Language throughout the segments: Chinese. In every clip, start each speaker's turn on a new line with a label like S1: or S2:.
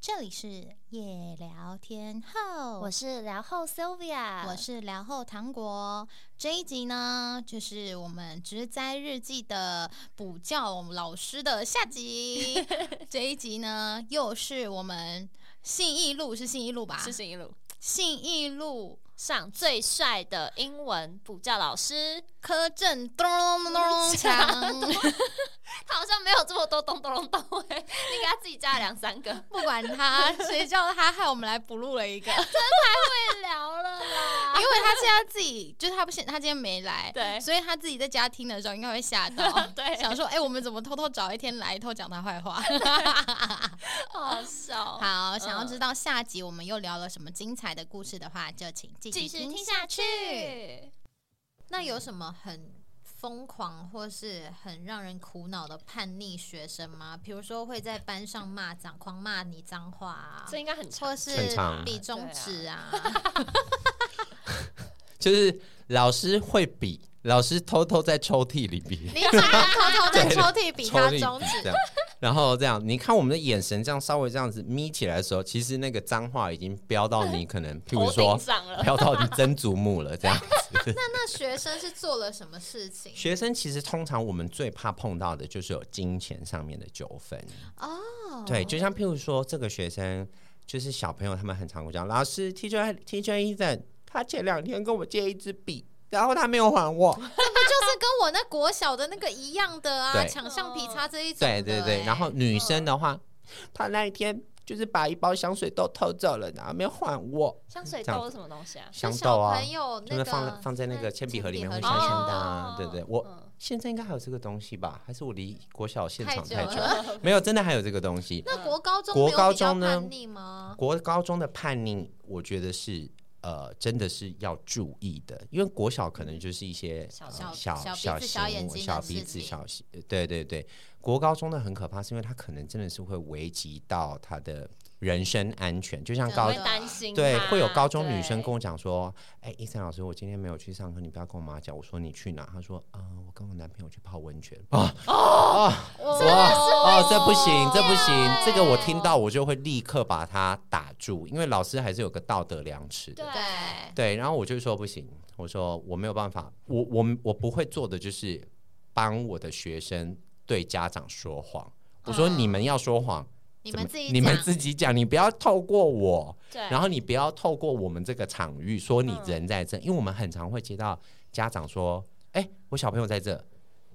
S1: 这里是夜聊天后，
S2: 我是聊后 Sylvia，
S1: 我是聊后糖果。这一集呢，就是我们《植栽日记》的补教老师的下 集。这一集呢，又是我们信义路是信义路吧？
S2: 是信义路，
S1: 信义路
S2: 上最帅的英文补教老师，
S1: 柯震咚咚咚锵。
S2: 他好像没有这么多咚咚咚咚哎，你给他自己加了两三个，
S1: 不管他，谁叫他害我们来补录了 一个？
S2: 太聊了啦
S1: 因为他现在自己就是他不现他今天没来，
S2: 对，
S1: 所以他自己在家听的时候应该会吓到
S2: 对
S1: 想说哎、诶我们怎么偷偷找一天来偷讲他坏话？嗯
S2: 好笑。 哦
S1: 好，想要知道下集我们又聊了什么精彩的故事的话，就请继续
S2: 继续听下去。
S1: 那有什么很疯狂或是很让人苦恼的叛逆学生吗？比如说会在班上骂脏，狂骂你脏话啊
S2: 这应该很长
S1: 或
S3: 很
S1: 是
S3: 常
S1: 比中指啊，
S3: 就是老师会比，老师偷偷在抽屉里比，
S1: 你只能偷偷在
S3: 对
S1: 抽屉比
S3: 抽
S1: 他
S3: 屉比
S1: 中指
S3: 这。样，然后这样，你看我们的眼神这样稍微这样子眯起来的时候，其实那个脏话已经飙到你 可能，譬如
S2: 头顶
S3: 说
S2: 上了，
S3: 飙到你曾祖母了这样子。
S1: 那学生是做了什么事情？
S3: 学生其实通常我们最怕碰到的就是有金钱上面的纠纷。
S1: 哦，
S3: 对，就像譬如说这个学生，就是小朋友他们很常会讲，老师 teacher teacher 医生，他前两天跟我借一支笔，然后他没有还我。
S1: 不 就是跟我那国小的那个一样的啊，
S3: 对
S1: 抢橡皮擦这一种的、欸
S3: 对对对，然后女生的话，她那一天就是把一包香水都偷走了，然后没有还我。
S2: 香水
S3: 这样
S2: 豆是什么东西啊？
S3: 香
S1: 豆
S3: 豆啊
S1: 朋，友
S3: 就
S1: 那个
S3: 是放放在那个铅笔盒里面会香
S2: 面
S3: 香的
S2: 哦，
S3: 啊对不对？我
S2: 嗯
S3: 现在应该还有这个东西吧？还是我离国小现
S1: 太
S3: 场
S1: 久
S3: 太久？
S1: 了。
S3: 没有，真的还有这个东西。
S2: 嗯
S1: 那国高中
S3: 国
S1: 没有
S3: 高
S1: 比较
S3: 中呢
S1: 叛逆吗？
S3: 国高中的叛逆，我觉得是呃，真的是要注意的，因为国小可能就是一些
S2: 小
S3: 呃
S1: 小小
S3: 小
S1: 鼻子
S3: 行
S1: 小眼
S3: 为
S1: 睛的
S3: 小
S1: 事
S3: 鼻子、
S1: 情
S3: 小心呃对对对。国高中的很可怕，是因为他可能真的是会危及到他的人身安全，就像
S1: 对
S3: 高
S2: 会担心他，
S3: 对，会有高中女生
S2: 对
S3: 跟我讲说：“哎，医生老师，我今天没有去上课，你不要跟我妈讲。”我说：“你去哪？”她说：“啊、我跟我男朋友去泡温泉。”啊
S1: 我
S3: 哇哦，这不行，这不行，这个我
S1: 对啊
S3: 听到我就会立刻把它打住，因为老师还是有个道德量尺的。
S1: 对
S3: 对，然后我就说不行，我说我没有办法，我我我不会做的就是帮我的学生对家长说谎。我说
S1: 嗯
S3: 你们要说谎，
S1: 你
S3: 怎么
S1: 们自己
S3: 你们
S1: 讲
S3: 自己讲，你不要透过我。
S2: 对，
S3: 然后你不要透过我们这个场域说你人在
S2: 嗯
S3: 这，因为我们很常会接到家长说：“哎、我小朋友在这。”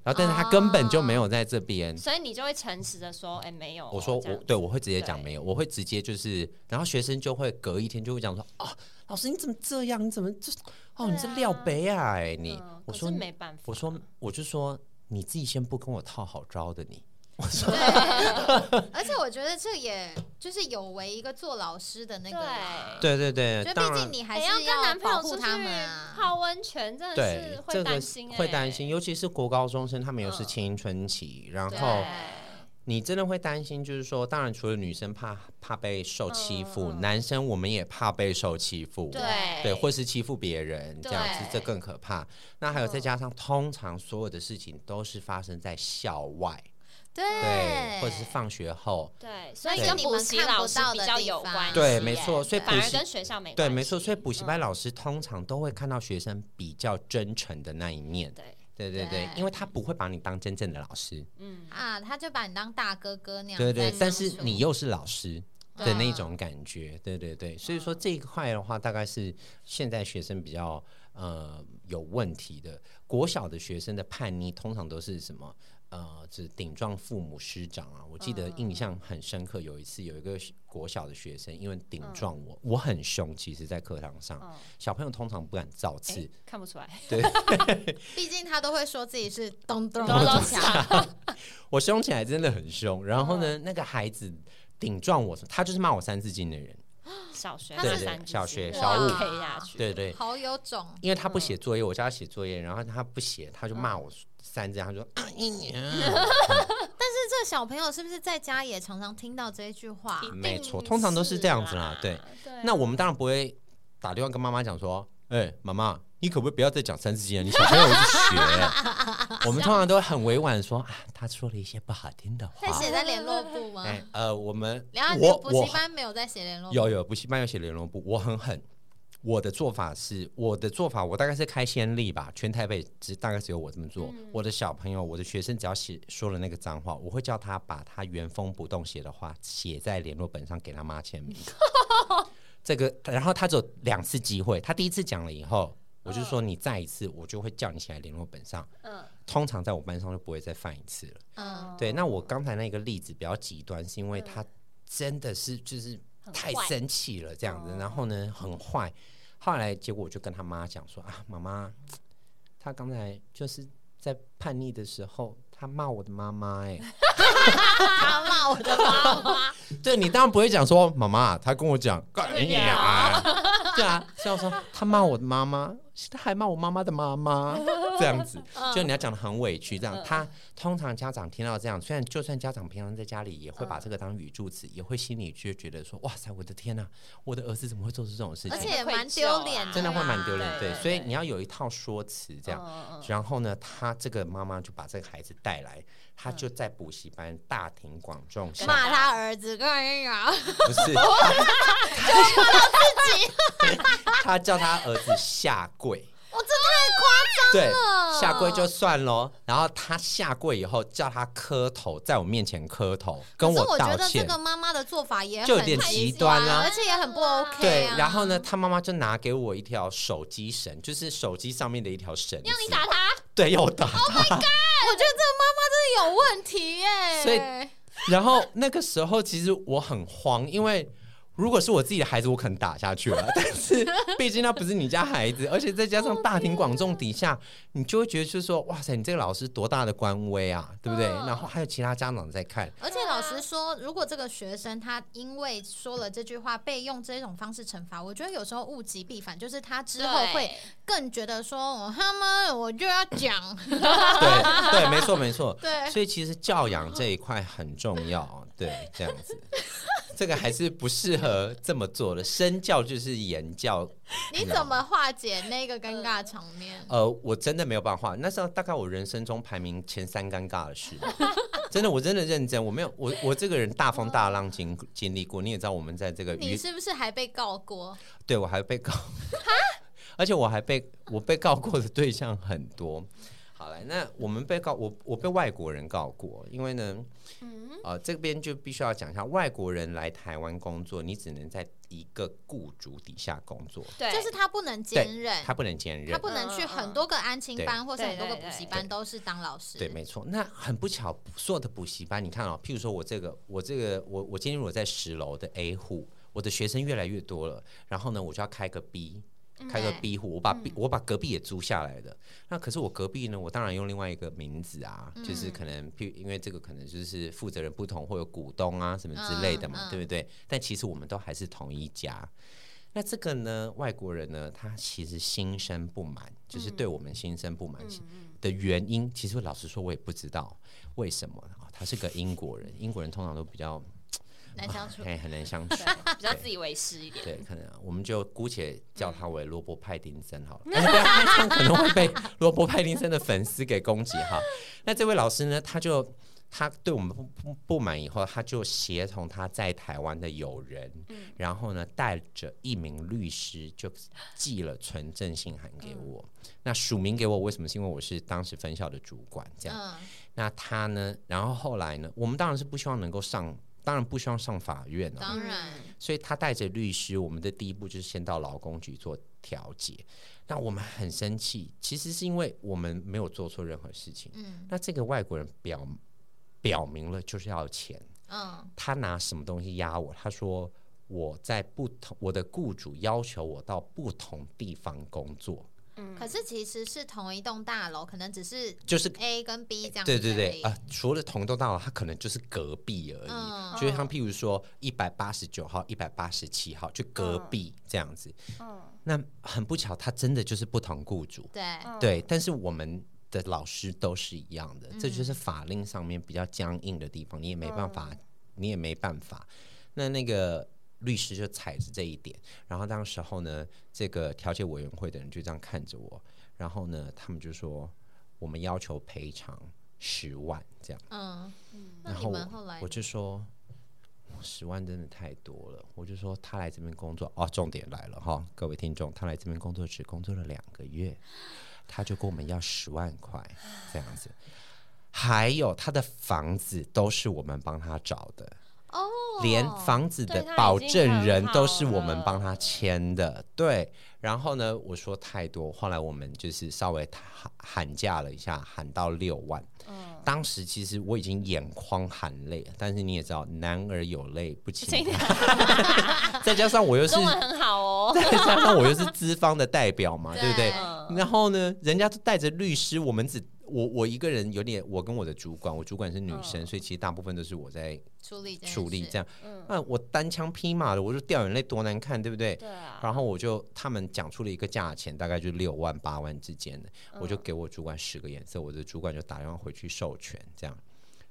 S3: 然后，但是他根本就没有在这边。
S2: 所以你就会诚实的说，哎、没有哦、
S3: 我说
S2: 这样
S3: 我
S2: 子
S3: 对我会直接讲
S2: 对
S3: 没有，我会直接就是，然后学生就会隔一天就会讲说：“哦，老师你怎么这样？你怎么这？哦，
S2: 对
S3: 你是
S2: 啊
S3: 廖北啊、哎你。
S2: 嗯
S3: 我
S2: 可
S3: 说
S2: 是没办法，
S3: 我说我就说你自己先不跟我套好招的
S2: 嗯
S3: 你。
S1: 对， 而且我觉得这也就是有违一个做老师的那个啦，
S3: 对对对，
S1: 就
S3: 呃当
S1: 毕
S3: 然。
S1: 竟你还
S2: 哎
S1: 是
S2: 要跟男朋
S1: 保
S2: 友
S1: 护
S2: 出去
S1: 他们啊。
S2: 泡温泉，真的
S3: 对
S2: 是，
S3: 这
S2: 会
S3: 个
S2: 担
S3: 是
S2: 心、哎，
S3: 会担心，尤其是国高中生，他们又是
S2: 嗯
S3: 青春期，然
S1: 对
S3: 后
S2: 对
S3: 你真的会担心，就是说，当然除了女生怕怕被受欺负，
S2: 嗯嗯嗯
S3: 男生我们也怕被受欺负，
S2: 对
S3: 对，或是欺负别人这样子
S2: 对，
S3: 这更可怕。那还有再加上，通常所有的事情都是发生在校外，对，或者是放学后，
S2: 对，所以
S3: 那是
S2: 跟
S1: 你
S2: 补
S1: 们
S2: 习
S1: 看不
S2: 老师
S1: 到
S2: 比
S1: 的
S2: 较
S1: 地
S2: 有
S1: 方
S2: 关系耶，
S3: 对没错所以
S2: 反
S3: 补
S2: 而
S3: 习
S2: 跟学校没
S3: 对，
S2: 关系
S3: 没错。所以补习班
S2: 嗯
S3: 老师通常都会看到学生比较真诚的那一面，
S2: 嗯对，
S3: 对对对
S1: 对，
S3: 因为他不会把你当真正的老师，
S2: 嗯，
S1: 啊，他就把你当大哥哥那样在
S3: 对
S1: 相处。
S3: 对，但是你又是老师
S1: 对啊嗯
S3: 的那种感觉，对对对，所以说这一块的话，大概是现在学生比较呃有问题的。国小的学生的叛逆通常都是什么？呃，就是顶撞父母师长啊！我记得
S1: 嗯
S3: 印象很深刻，有一次有一个国小的学生因为顶
S1: 嗯
S3: 撞我，我很凶，其实在课堂上，
S2: 嗯
S3: 小朋友通常不敢造
S2: 哎
S3: 次，
S2: 看不出来，
S1: 毕竟他都会说自己是咚咚
S2: 咚咚
S1: 锵，
S3: 我凶起来真的很凶。然后
S1: 嗯
S3: 呢，那个孩子顶撞我，他就是骂我三字经的人，
S2: 小学
S3: 对
S2: 是
S3: 对
S2: 三
S3: 小学
S1: 小五
S2: K 下去，
S3: 对对，
S1: 好有种。
S3: 因为他不写作业，我叫他写作业，然后他不写，他就骂我三字，他说啊一年，
S1: 但是这小朋友是不是在家也常常听到这一句话
S2: 一？定
S3: 没错通常都是这样子啦
S2: 啦，
S3: 对
S2: 对嗯
S3: 那我们当然不会打电话跟妈妈讲说，哎、妈妈，你可不可以不要再讲三字经啊？你小朋友一直学。我们通常都很委婉地说啊，他说了一些不好听的
S1: 在
S3: 话。
S1: 写在联络簿吗？
S3: 哎，呃，我们
S1: 然后你的
S3: 我
S1: 补
S3: 我
S1: 习班没有在写联络簿，
S3: 有有补习班有写联络簿，我很狠。我的做法是，我的做法，我大概是开先例吧，全台北只大概只有我这么做。我的小朋友，我的学生，只要写说了那个脏话，我会叫他把他原封不动写的话写在联络本上，给他妈签名。这个，然后他只有两次机会，他第一次讲了以后，我就说你再一次，我就会叫你写在联络本上。
S2: 嗯
S3: 通常在我班上就不会再犯一次了。
S1: 嗯，
S3: 对，那
S2: 哦
S3: 我刚才那个例子比较极端，是因为他真的是就是
S2: 很
S3: 太
S2: 坏
S3: 生气了这样子
S2: 哦，
S3: 然后呢很坏，后来结果我就跟他妈讲说啊，妈妈，他刚才就是在叛逆的时候，他骂我的妈妈哎、
S1: 他骂我的妈 妈，
S3: 对你当然不会讲说妈妈，他跟我讲干你娘，对啊， 这样说他骂我的妈妈，他还骂我妈妈的妈妈，这样 子，
S2: 嗯
S3: 就你要讲的很委屈，这样。他通常家长听到这样，虽然就算家长平常在家里也会把
S2: 嗯
S3: 这个当语助词，也会心里就觉得说哇塞，我的天呐、我的儿子怎么会做出这种事
S1: 而且
S3: 情？
S1: 也蛮丢脸
S3: 真的会蛮丢
S1: 啊
S3: 脸，对，
S2: 对
S3: 所以你要有一套说辞这样。
S1: 嗯
S2: 样
S3: 然后呢，他这个妈妈就把这个孩子带来，
S1: 嗯
S3: 他就在补习班大庭广众下
S1: 骂他儿啊子跟人家
S3: 不是，就到自己。他叫他儿子下跪，
S1: 我真
S3: 对，
S1: 了
S3: 下跪就算喽。然后他下跪以后，叫他磕头，在我面前磕头，跟
S1: 的太夸张了。可是我觉
S3: 道
S1: 得这个，
S3: 歉
S1: 妈妈的做法也
S3: 就有
S1: 很
S3: 点
S1: 太
S3: 极端啦
S1: 而且也很不 OK 啊。
S3: 对。然后呢，他妈妈就拿给我一条手机绳，就是手机上面的一条绳子，
S2: 让你打他，
S3: 对，要我打他。
S1: 哎我觉得这个妈妈真的有问题耶、
S3: 所以然后那个时候其实我很慌，因为如果是我自己的孩子，我可能打下去了。 但是毕竟那不是你家孩子，而且再加上大庭广众底下，你就会觉得就是说，哇塞，你这个老师多大的官威啊，对不对？
S2: 嗯
S3: 然后还有其他家长在看，
S1: 而且老实说，如果这个学生他因为说了这句话被用这种方式惩罚，我觉得有时候物极必反，就是他之后
S2: 对
S1: 会更觉得说，我他妈我就要讲，
S3: 对对，没错没错。
S1: 对，
S3: 所以其实教养这一块很重要，对，这样子，这个还是不适合这么做的。身教就是言教，哎
S1: 你怎么化解那个尴尬场面？
S3: 呃，我真的没有办法。那时候大概我人生中排名前三尴尬的事， 真的，我真的认真，我没有，我我这个人大风大浪经经历过，呃你也知道，我们在这个
S1: 你
S3: 娱，
S1: 是不是还被告过？
S3: 对我还被告， 而且我还被我被告过的对象很多。好来，那我们被告，我我被外国人告过，因为呢，
S2: 嗯，
S3: 呃，这边就必须要讲一下，外国人来台湾工作，你只能在一个雇主底下工作，
S2: 对，
S1: 就是他不能兼任，
S3: 他不能兼任
S1: 他。不能去很多个安亲班或是很多个
S2: 对
S1: 补
S2: 对
S1: 习班都是当老师。
S3: 对，没错。那很不巧，所有的补习班，你看哦，譬如说我这个，我这个，我我今天如果在十楼的 A 户，我的学生越来越多了，然后呢，我就要开个 B，开个
S1: 嗯对
S3: B 户，我把 B、我把隔壁也租下来的。那可是我隔壁呢，我当然用另外一个名字啊，
S1: 嗯
S3: 就是可能譬如因为这个可能就是负责人不同，会有股东啊什么之类的嘛，
S1: 嗯嗯
S3: 对不对？但其实我们都还是同一家。那这个呢，外国人呢，他其实心生不满，就是对我们心生不
S1: 嗯
S3: 满，的原因，其实老实说，我也不知道为什么啊。他是个英国人，英国人通常都比较
S1: 难相处。嗯
S3: 哎很难相处，
S2: 比较自以为是一点。
S3: 对，可能啊我们就姑且叫他为罗伯派丁森好了，哎不要这样可能会被罗伯派丁森的粉丝给攻击哈。那这位老师呢，他就他对我们不不不满以后，他就协同他在台湾的友人，然后呢带着一名律师就寄了存证信函给我，那署名给我，为什么？是因为我是当时分校的主管这样。
S1: 嗯，
S3: 那他呢？然后后来呢？我们当然是不希望能够上，当然不希望上法院啊。
S1: 当然，
S3: 所以他带着律师，我们的第一步就是先到劳工局做调解。那我们很生气，其实是因为我们没有做错任何事情。
S1: 嗯
S3: 那这个外国人表表明了就是要钱，
S1: 嗯，
S3: 他拿什么东西压我？他说我在不同，我的雇主要求我到不同地方工作，
S2: 嗯
S1: 可是其实是同一栋大楼，可能只是
S3: 就是。
S1: A 跟 B 这样子而
S3: 对
S1: 已。
S3: 对对，啊、除了同栋大楼，他可能就是隔壁而已。
S1: 嗯
S3: 就是像譬如说一百八十九号、一百八十七号，就隔壁这样子。
S2: 嗯
S3: 那很不巧，他真的就是不同雇主。
S1: 对，
S3: 对，但是我们的老师都是一样的，
S1: 嗯
S3: 这就是法令
S1: 嗯
S3: 上面比较僵硬的地方，你也没办法，你也没办法。那那个律师就踩着这一点，然后当时候呢，这个调解委员会的人就这样看着我，然后呢，他们就说我们要求赔偿十万这样，
S1: 嗯，那
S3: 然
S1: 你
S3: 后
S1: 们
S3: 我
S1: 后来
S3: 我就说十万真的太多了，我就说他来这边工作哦，重点来了哈，各位听众，他来这边工作只工作了两个月，他就跟我们要十万块这样子，还有他的房子都是我们帮他找的。
S2: 哦，
S3: 连房子
S2: 对
S3: 的
S2: 他已
S3: 保
S2: 经
S3: 证
S2: 很
S3: 人都
S2: 好
S3: 是我们
S2: 了
S3: 帮他签的，对。然后呢，我说太多，后来我们就是稍微喊喊价了一下，喊到六万。当时其实我已经眼眶含泪了，但是你也知道，男儿有泪不轻弹， 再加上我又是
S2: 中文很好哦，
S3: 再加上我又是资方的代表嘛，对不对？
S2: 嗯
S3: 然后呢，人家都带着律师，我们只我我一个人有点，我跟我的主管，我主管是女生，所以其实大部分都是我在
S1: 处理这件
S3: 处理
S1: 事
S3: 这样。
S2: 嗯，
S3: 啊，我单枪匹马的，我就掉眼泪，多难看，对不对？
S2: 对啊，
S3: 然后我就他们讲出了一个价钱，大概就六万八万之间的，
S2: 嗯
S3: 我就给我主管使个眼色，我的主管就打电话回去授权这样。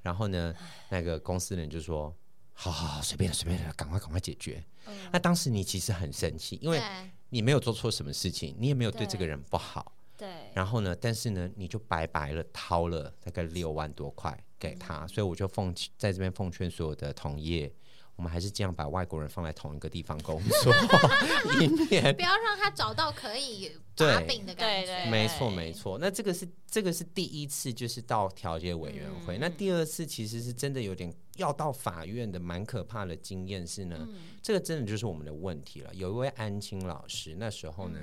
S3: 然后呢，那个公司人就说：“好好好，随便随便，赶快赶快解决。
S2: 嗯
S3: 那当时你其实很生气，因为
S1: 对
S3: 你没有做错什么事情，你也没有对
S2: 对
S3: 这个人不好。
S2: 对，
S3: 然后呢，但是呢，你就白白了掏了大概六万多块
S2: 嗯
S3: 给他，所以我就奉劝在这边奉劝所有的同业，我们还是尽量把外国人放在同一个地方工作， 以免
S1: 不要让他找到可以
S3: 对
S1: 把柄的感
S2: 对
S1: 觉。
S2: 对
S3: 没错没错。那这个是这个是第一次，就是到调解委员会。那第二次其实是真的有点要到法院的，蛮可怕的经验是呢，这个真的就是我们的问题了。有一位安青老师，那时候呢。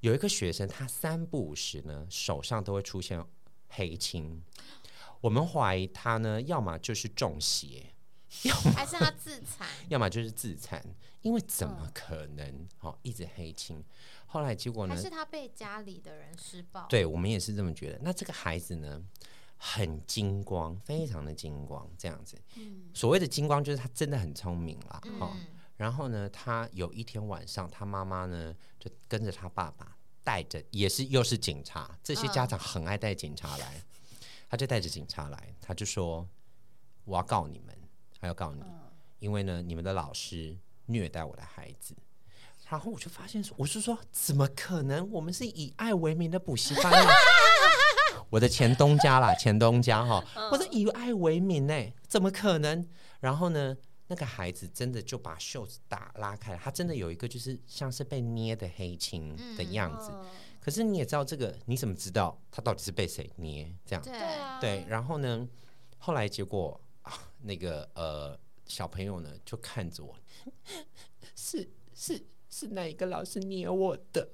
S3: 有一个学生，他三不五时呢，手上都会出现黑青。我们怀疑他呢，要么就是中邪，
S1: 还是他自 残，
S3: 要么就是自残，因为怎么可能哦，一直黑青？后来结果呢
S1: 还？是他被家里的人施暴？
S3: 对我们也是这么觉得。那这个孩子呢，很精光，非常的精光，这样子。所谓的精光，就是他真的很聪明啦，
S1: 嗯，
S3: 哦。然后呢，他有一天晚上，他妈妈呢就跟着他爸爸，带着也是又是警察，这些家长很爱带警察来，他就带着警察来，他就说我要告你们，还要告你，因为呢你们的老师虐待我的孩子。然后我就发现说，我是说，怎么可能？我们是以爱为名的补习班啊！我的前东家啦，前东家哈、我是以爱为名呢、怎么可能？然后呢，那个孩子真的就把袖子打拉开了，他真的有一个就是像是被捏的黑青的样子。
S2: 嗯
S3: 可是你也知道这个，你怎么知道他到底是被谁捏？这样
S1: 对
S2: 对啊，
S3: 对，然后呢，后来结果啊，那个呃小朋友呢就看着我， 是是是哪一个老师捏我的？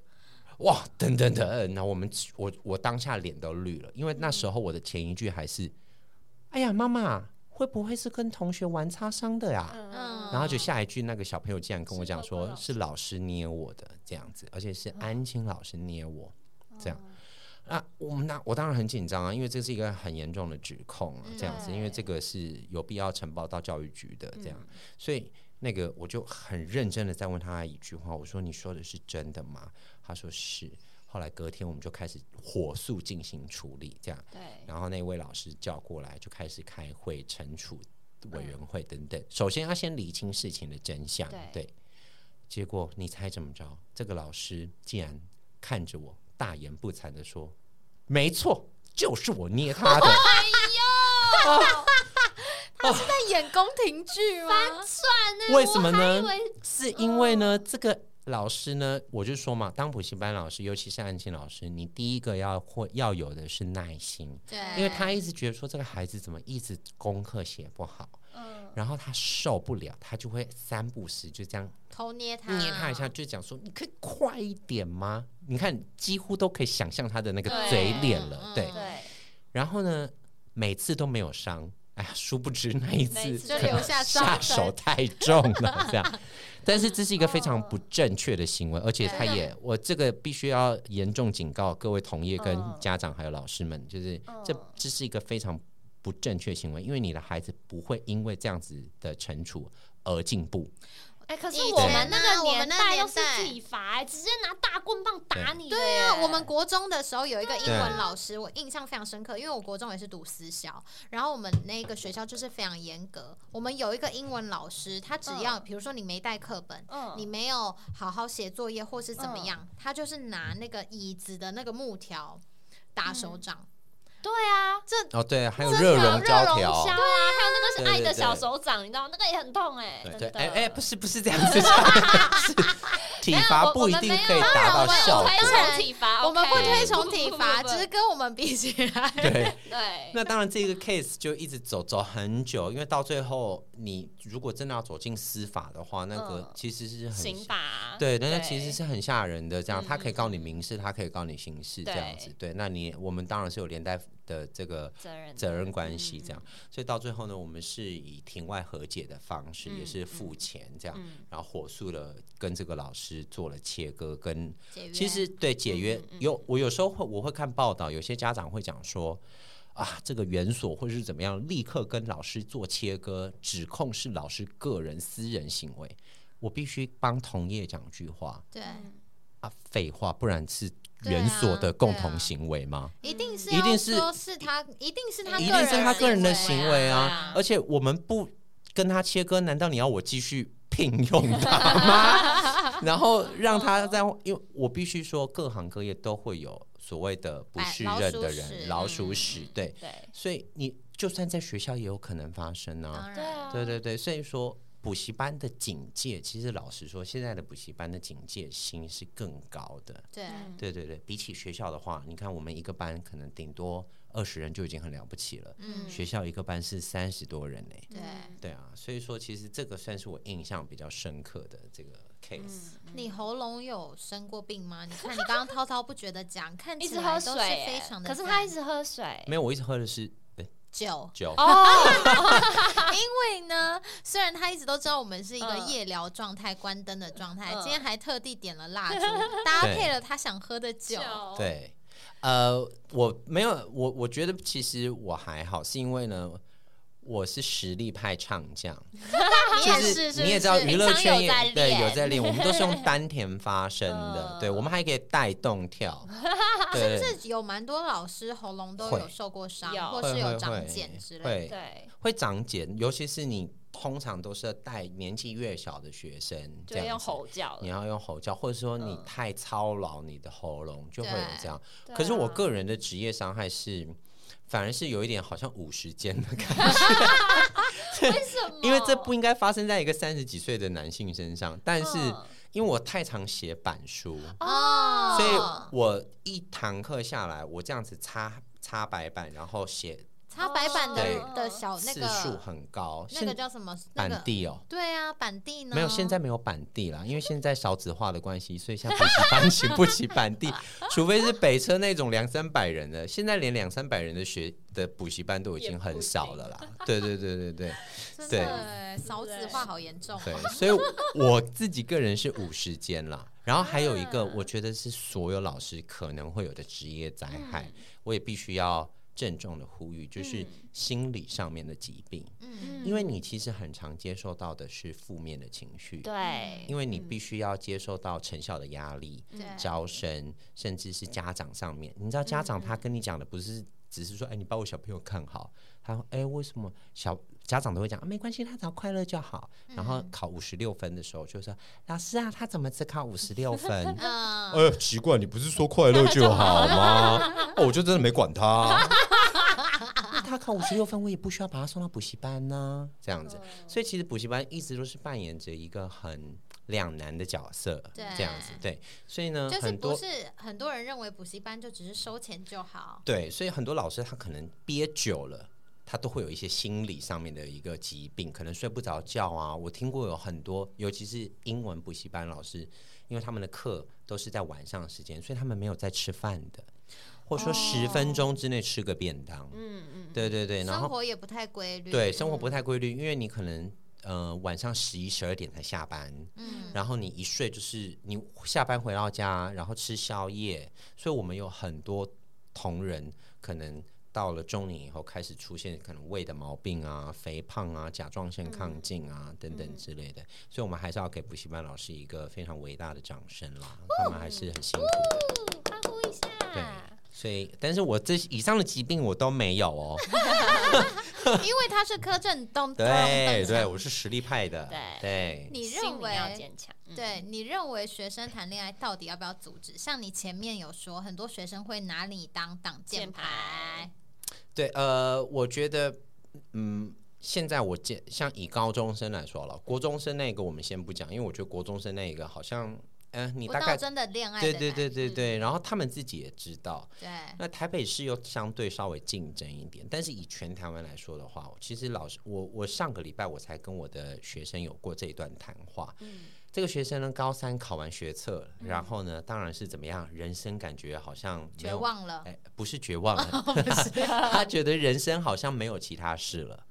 S3: 哇，等等等，那我们我我当下脸都绿了，因为那时候我的前一句还是，哎呀，妈妈会不会是跟同学玩擦伤的呀？
S2: 嗯，
S3: 然后就下一句，那个小朋友竟然跟我讲
S2: 是老
S3: 说，
S2: 师
S3: 是老师捏我的这样子，而且是安青老师捏我
S2: 嗯
S3: 这样。那我们那我当然很紧张啊，因为这是一个很严重的指控
S2: 嗯
S3: 啊，这样子，因为这个是有必要呈报到教育局
S2: 嗯
S3: 的这样，所以那个我就很认真的在问他一句话，我说你说的是真的吗？他说是。后来隔天我们就开始火速进行处理，这样。
S2: 对，
S3: 然后那位老师叫过来，就开始开会、惩处委员会等等。首先要先理清事情的真相，
S2: 对
S3: 结果你猜怎么着？这个老师竟然看着我，大言不惭的说：“没错，就是我捏他 的。
S1: 在演宫廷剧吗？
S3: 为什么呢
S2: 我还以为？嗯
S3: 是因为呢，这个老师呢，我就说嘛，当补习班老师，尤其是安静老师，你第一个要会要有的是耐心。
S1: 对，
S3: 因为他一直觉得说这个孩子怎么一直功课写不好，
S2: 嗯
S3: 然后他受不了，他就会三不时就这样
S1: 偷捏他，
S3: 捏他一下，就讲说你可以快一点吗？你看几乎都可以想象他的那个
S2: 对
S3: 嘴脸
S1: 嗯
S3: 了，
S1: 嗯
S3: 对。
S2: 对，
S3: 然后呢，每次都没有伤，哎呀，殊不知那一
S2: 那一
S3: 次
S2: 次
S1: 就
S3: 可能
S1: 留下伤
S3: 下手太重了，这样。但是这是一个非常不正确的行为，而且他也，我这个必须要严重警告各位同业、跟
S2: 嗯
S3: 家长还有老师们，就是这
S2: 嗯
S3: 这是一个非常不正确的行为，因为你的孩子不会因为这样子的惩处而进步，
S2: 哎、可是
S1: 以
S2: 我
S1: 前
S2: 们那
S1: 啊
S2: 个
S1: 我们那
S2: 代
S1: 年
S2: 又是
S1: 代
S2: 体罚、哎直接拿大棍棒打你了耶。
S1: 对啊，我们国中的时候有一个英
S3: 对
S1: 文老师，我印象非常深刻，因为我国中也是读私校，然后我们那个学校就是非常严格。我们有一个英文老师，他只要比如说你没带课本，
S2: 嗯
S1: 你没有好好写作业或是怎么样，他就是拿那个椅子的那个木条打手掌。
S2: 对啊，这
S3: 哦，对，还有
S2: 真
S3: 热
S2: 的啊
S3: 熔
S2: 热
S3: 胶
S2: 熔
S3: 条
S2: 胶，啊，还有那个
S3: 对
S2: 是爱
S3: 对
S2: 的
S3: 对
S2: 小手掌，你知道那个也很痛哎、
S3: 对
S2: 真
S3: 对，
S2: 的
S3: 哎哎，不是不是 这样子，是体罚不一定可以达到效
S2: 啊我
S3: 果
S1: 当
S2: 们。推
S1: 然
S2: 崇体罚，
S1: 我们不
S2: 啊 OK
S1: 推崇体罚，
S2: 不不不不
S1: 只是跟我们比起来，
S3: 对，
S2: 对，
S3: 那当然这个 case 就一直走走很久，因为到最后你如果真的要走进司法的话，那个
S2: 嗯
S3: 其实是很
S2: 刑法，
S3: 对，那那其实是很吓人的。这样，
S2: 嗯
S3: 他可以告你民事，他可以告你刑事，这样子。对，那你我们当然是有连带的这个
S2: 责任
S3: 责任关系，这样。
S2: 嗯
S3: 所以到最后呢，我们是以庭外和解的方式，
S2: 嗯
S3: 也是付钱这样，
S2: 嗯
S3: 然后火速的跟这个老师做了切割，跟
S1: 解约
S3: 其实对解约
S2: 嗯嗯嗯
S3: 有我有时候会我会看报道，有些家长会讲说。啊，这个园所或是怎么样，立刻跟老师做切割，指控是老师个人私人行为。我必须帮同业讲句话
S1: 对，
S2: 嗯
S3: 啊，废话，不然是
S1: 对啊
S3: 园所的共
S1: 对
S3: 同
S1: 啊
S3: 行为吗？
S1: 一定是
S3: 嗯一定
S1: 要
S3: 是
S1: 说是他，一定是他
S3: 一
S1: 个
S3: 定是
S1: 人
S3: 他个人的
S1: 行
S3: 行
S1: 为
S3: 为
S2: 对
S3: 啊
S2: 啊，
S3: 而且我们不跟他切割，难道你要我继续聘用他吗？然后让他在，因为我必须说，各行各业都会有所谓的不
S1: 哎
S3: 适
S1: 老
S3: 任
S1: 鼠
S3: 的
S1: 屎
S3: 人，老鼠屎，对，
S2: 对
S3: 所以你就算在学校也有可能发生啊，
S1: 当
S2: 对
S1: 然，
S2: 啊，
S3: 对对对，所以说。补习班的警戒，其实老实说，现在的补习班的警戒心是更高的。
S1: 对
S2: 嗯
S3: 对对对，比起学校的话，你看我们一个班可能顶多二十人就已经很了不起了，
S1: 嗯
S3: 学校一个班是三十多人呢、
S1: 对。
S2: 嗯
S3: 对啊，所以说其实这个算是我印象比较深刻的这个
S2: 嗯
S3: case。
S1: 你喉咙有生过病 吗？你看你刚刚滔滔不绝的讲，看
S2: 一
S1: 起
S2: 直喝
S1: 来都
S2: 水
S1: 是非
S2: 欸，
S1: 常的
S2: 可
S1: 淡，
S2: 是他一直喝 水
S3: 没有，我一直喝的是呃，
S1: 酒
S3: 酒，
S2: 哦，
S1: 因为呢，虽然他一直都知道我们是一个
S2: 嗯
S1: 夜聊状态、关灯的状态，
S2: 嗯
S1: 今天还特地点了 蜡烛，搭配了他想喝的酒。
S3: 对，呃，我没有，我我觉得其实我还好，是因为呢。我是实力派唱 将，
S1: 你
S3: 就
S1: 也是，是
S3: 你也知道
S1: 不是
S3: 娱乐
S2: 平常
S3: 圈
S2: 有在
S3: 也对
S2: 练
S3: 有在练，我们都是 用丹田发声的，
S2: 嗯
S3: 对我们还可以带 动跳，对
S1: 甚至有蛮多老师喉咙都
S3: 会
S1: 有受过伤，
S2: 有
S1: 或
S3: 会
S1: 是
S3: 会
S1: 有
S3: 会
S1: 长茧之类的。
S3: 会
S2: 对，
S3: 会长茧，尤其是你通常都是带年纪越小的学生，
S2: 就
S3: 这
S2: 会
S3: 样
S2: 用
S3: 子
S2: 吼叫
S3: 你
S2: 了。
S3: 要用吼叫，或者说你
S2: 嗯
S3: 太操劳你的喉咙，就会有
S1: 对
S3: 这样。
S2: 对
S3: 可是我
S2: 啊
S3: 个人的职业伤害是，反而是有一点好像五十肩的感觉，
S2: 为什
S1: 嗯
S2: 么？
S3: 因为这不应该发生在一个三十几岁的男性身上。但是
S1: 嗯
S2: 嗯
S3: 因为我太常写板书，
S2: 哦，
S3: 所以我一堂课下来，我这样子擦擦白板，然后写
S1: 擦白板的
S3: 对
S2: 哦
S1: 的小哦那
S3: 次数
S1: 个
S3: 很高，
S1: 那个
S3: 现
S1: 叫什么？那
S3: 板
S1: 个
S3: 地哦。
S1: 对啊，板地呢？
S3: 没有，现在没有板地啦，因为现在少子化的关系，所以现在补习班请不起 板地，除非是北车那种两三百人的，现在连两三百人的学的补习班都已经很少了啦。对对对对对
S1: 真
S3: 对
S1: 的欸少子化好严重哦。
S3: 对，所以我自己个人是五十间啦。然后还有一个，
S2: 啊
S3: 我觉得是所有老师可能会有的职业灾害，
S1: 嗯
S3: 我也必须要郑重的呼吁，就是
S2: 嗯
S3: 心理上面的疾病，
S1: 嗯，
S3: 因为你其实很常接受到的是负面的情绪。
S2: 对，
S3: 因为你必须要接受到成效的压力、
S2: 嗯
S1: 对？
S3: 招生，甚至是家长上面。你知道，家长他跟你讲的不是只是说，哎，你把我小朋友看好，他说，哎，为什么小家长都会讲、啊没关系，他只要快乐就好。然后考五十六分的时候，就说老师啊，他怎么只考五十六分
S1: 嗯，
S3: 哎，奇怪，你不是说快乐就好吗？哦，我就真的没管他、 他考五十六分，我也不需要把他送到补习班呢、这样子，
S2: 嗯
S3: 所以其实补习班一直都是扮演着一个很两难的角色，
S1: 对
S3: 这样子，对，所以呢，
S1: 就是
S3: 很
S1: 不
S3: 多
S1: 是很多人认为补习班就只是收钱就好，
S3: 对，所以很多老师他可能憋久了。他都会有一些心理上面的一个疾病，可能睡不着觉啊。我听过有很多，尤其是英文补习班老师，因为他们的课都是在晚上时间，所以他们没有在吃饭的，或
S1: 哦
S3: 者说十分钟之内吃个便当。
S2: 嗯嗯，
S3: 对对对，然
S1: 生
S3: 后
S1: 活嗯也不太规律。
S3: 对，生活不太规律，因为你可能呃晚上十一十二点才下班，
S1: 嗯，
S3: 然后你一睡就是你下班回到家，然后吃宵夜，所以我们有很多同仁可能到了中年以后开始出现可能胃的毛病啊、肥胖啊、甲状腺亢进啊、等等之类的，所以我们还是要给补习班老师一个非常伟大的掌声啦，他们还是很辛苦的。
S2: 嗯欢呼一下。
S3: 对，所以但是我这以上的疾病我都没有哦。
S2: 嗯
S1: 因为他是柯震东，
S3: 对对，我是实力派的。
S2: 对
S3: 对
S1: 你
S2: 心
S1: 认
S2: 里
S1: 为
S2: 要坚强。嗯，
S1: 对你认为学生谈恋爱到底要不要阻止？像你前面有说，很多学生会拿你当挡箭
S2: 箭
S1: 牌
S2: 牌，
S3: 对，呃，我觉得，嗯，现在我见像以高中生来说了，国中生那个我们先不讲，因为我觉得国中生那个好像，嗯、你
S1: 不
S3: 大
S1: 到
S3: 概。
S1: 真的恋爱的
S3: 对
S1: 男
S3: 对对对
S1: 嗯
S3: 对，然后他们自己也知道。
S1: 对
S3: 那台北市又相对稍微竞争一点，但是以全台湾来说的话，其实老师，我我上个礼拜我才跟我的学生有过这一段谈话。
S2: 嗯，
S3: 这个学生呢，高三考完学测了，
S1: 嗯
S3: 然后呢，当然是怎么样，人生感觉好像没
S1: 绝
S3: 有
S1: 望了，
S3: 哎，不是绝望了， 他觉得人生好像没有其他事了。
S2: 嗯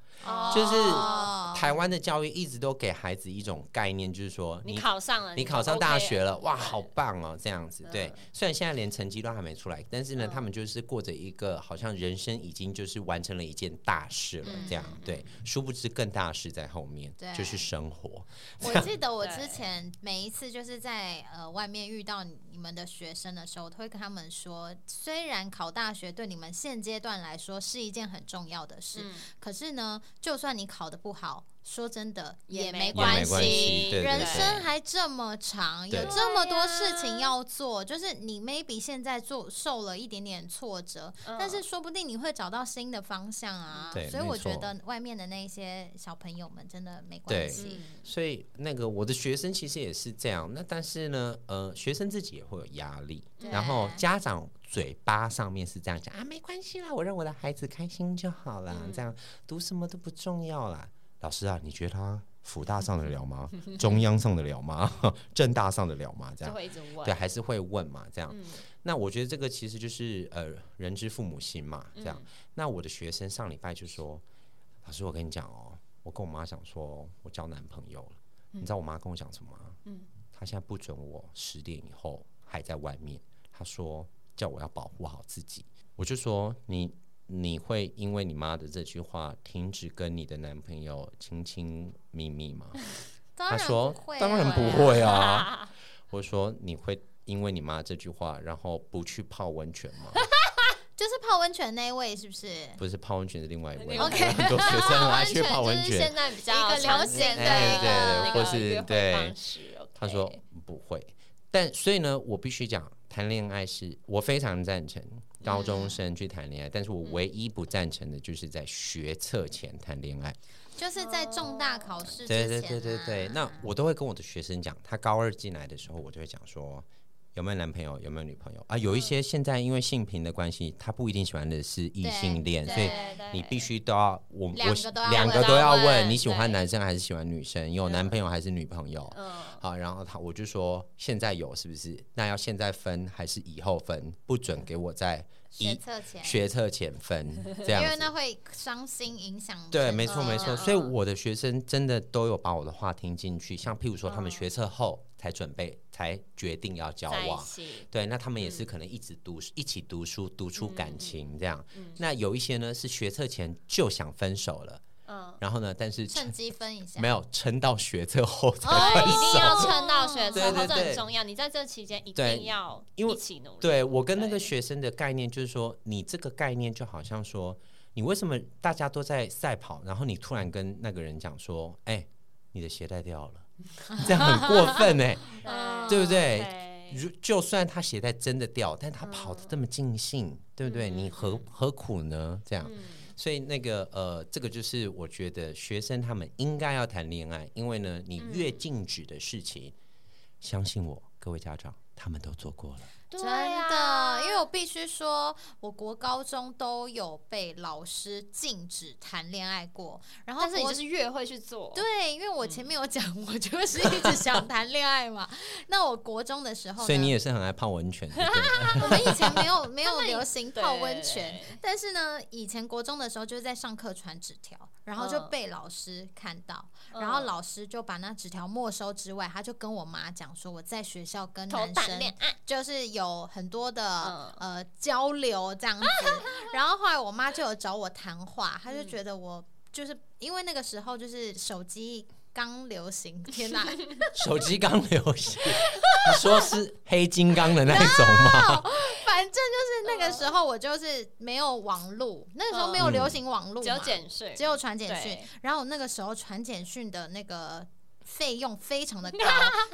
S3: 就是
S1: 哦
S3: 台湾的教育一直都给孩子一种概念，就是说
S2: 你
S3: 你
S2: 考上了，
S3: 你
S2: 就
S3: 考上大
S2: OK
S3: 学了，哇，
S2: 对
S3: 好棒哦，这样子。对
S2: 嗯，
S3: 虽然现在连成绩都还没出来，但是呢，
S2: 嗯
S3: 他们就是过着一个好像人生已经就是完成了一件大事了，这样
S2: 嗯嗯嗯
S3: 对。殊不知更大的事在后面
S1: 对，
S3: 就是生活。
S1: 我记得我之
S2: 对
S1: 前每一次就是在呃外面遇到你们的学生的时候，我都会跟他们说，虽然考大学对你们现阶段来说是一件很重要的事，
S2: 嗯
S1: 可是呢，就算你考得不好，说真的
S2: 也
S1: 没
S3: 关
S1: 关
S3: 系系对对
S1: 人
S3: 对
S1: 生还这么长，有
S3: 对
S1: 这么
S2: 对
S1: 多
S2: 呀
S1: 事情要做，就是你 maybe 现在做受了一点点挫折，
S2: 嗯
S1: 但是说不定你会找到新的方向啊。
S3: 对
S1: 所以我
S3: 没错
S1: 觉得外面的那些小朋友们真的没关
S3: 对
S1: 系。
S2: 嗯
S3: 所以那个我的学生其实也是这样，那但是呢，呃，学生自己也会有压力，
S1: 对
S3: 然后家长嘴巴上面是这样讲啊，没关系啦，嗯我让我的孩子开心就好啦，这样读什么都不重要啦。老师啊，你觉得他福大上得了 吗？中央上得了吗？ 正大上得了吗？
S2: 就
S3: 这样
S2: 会一直问。
S3: 对，还是会问嘛，这样。
S2: 嗯
S3: 那我觉得这个其实就是呃，人之父母心嘛，
S2: 嗯
S3: 这样。那我的学生上礼拜就说，老师，我跟你讲哦，我跟我妈讲说，我交男朋友了。你知道我妈跟我讲什么吗？
S2: 嗯
S3: 她现在不准我十点以后还在外面，她说叫我要保护好自己。我就说你你会因为你妈的这句话停止跟你的男朋友亲亲密密吗？
S1: 当
S3: 他
S1: 然
S3: 说
S1: 不会啊，：“
S3: 当然不 会啊。”我说：“你会因为你妈这句话，然后不去泡温泉 吗？
S1: 就是泡温泉那一位是不是？
S3: 不是泡温泉是另 外一位，
S2: 另外 一位
S3: 很多学生很爱去泡
S2: 泡
S3: 温
S2: 温泉就是
S3: 泉。
S2: 现在比较
S1: 一个流
S2: 常
S1: 行
S2: 见
S1: 的
S3: 哎对
S2: 那
S3: 或
S2: 个
S3: 是
S2: 约会
S3: 对
S2: 方式，OK
S3: 他说不会，但所以呢，我必须讲，谈恋爱是我非常赞成高中生去谈恋爱，但是我唯一不赞成的就是在学测前谈恋爱。
S1: 就是在重
S2: 哦
S1: 大考试之前、
S3: 对
S1: 啊
S3: 对对对对，那我都会跟我的学生讲，他高二进来的时候，我就会讲说。有没有男朋友？有没有女朋友啊？
S1: 嗯
S3: 有一些现在因为性平的关系，他不一定喜欢的是异性恋，
S1: 对
S3: 所以
S2: 对对
S3: 你必须都要我
S1: 两
S3: 我
S1: 个都要
S3: 两
S1: 问
S3: 个
S2: 都
S3: 都要
S2: 要
S3: 问
S2: 问
S3: 你喜欢
S2: 对
S3: 男生还是喜欢女生，有男朋友还是女朋友？
S2: 嗯，
S3: 好，然后他我就说现在有是不是？那要现在分还是以后分？不准给我在
S1: 学
S3: 一
S1: 测前，
S3: 学测前分这
S1: 因为
S3: 样子
S1: 那。会伤心影响。
S3: 对，没错
S2: 嗯
S3: 没错，
S2: 嗯
S3: 所以我的学生真的都有把我的话听进去，像譬如说他们学测后才准备，才决定要交
S2: 嗯在一
S3: 往，
S2: 起，嗯
S3: 对，那他们也是可能一直读、一起读书，读出感情这样。那有一些呢是学测前就想分手了，
S2: 嗯，
S3: 然后呢，但是
S1: 趁
S3: 撑
S1: 机分一下。
S3: 没有撑到学测后
S1: 哦
S3: 才
S2: 对，
S3: 分
S2: 哦一定
S3: 手。
S2: 要撑到学
S3: 对
S2: 测，
S3: 对
S2: 或者
S3: 对
S2: 很重要。你在这期间一
S3: 对
S2: 定要
S3: 因为
S2: 一起努力。
S3: 对我跟那个
S2: 对
S3: 学生的概念就是说，你这个概念就好像说，你为什么大家都在赛跑，然后你突然跟那个人讲说，哎、你的鞋带掉了， 这样很过分哎、
S2: 嗯
S3: 对不对
S2: 对
S3: 如就算他鞋带真的掉，但他跑得这么尽兴，对不对？
S2: 嗯
S3: 你何何苦呢？这样，
S2: 嗯
S3: 所以那个呃，这个就是我觉得学生他们应该要谈恋爱，因为呢，你越
S2: 嗯
S3: 禁止的事情，相信我，各位家长他们都做过了。
S2: 对
S1: 真
S2: 啊
S1: 的，因为我必须说，我国高中都有被老师禁止谈恋爱过，然后
S2: 但是嗯你
S1: 国
S2: 就是越会去做，
S1: 对，因为我前面有讲，我就是一直想谈恋爱嘛。 那我国中的时候呢，
S3: 所以你也是很爱泡温泉，对不 对
S1: 我们以前没有没有
S2: 他们
S1: 流行泡
S2: 对
S1: 温泉
S2: 对，
S1: 但是呢，以前国中的时候就是在上课传纸条，然后就
S2: 嗯
S1: 被老师看到，
S2: 嗯
S1: 然后老师就把那纸条没收之外，他就跟我妈讲说我在学校跟
S2: 头啊
S1: 男
S2: 谈
S1: 生
S2: 恋爱，
S1: 就是有很多的、
S2: 嗯
S1: 呃交流这样 子。然后后来我妈就有找我谈话，她就
S2: 嗯
S1: 觉得我就是因为那个时候就是手机刚流行，天 哪，
S3: 手机刚流行，你说是黑金刚的那种吗？
S1: 反正就是那个时候我就是没有网路，
S3: 嗯
S1: 那个时候没有流行网路嘛，
S2: 只有简讯，
S1: 只有传简讯
S2: 对。
S1: 然后那个时候传简讯的那个。费用非常的 高，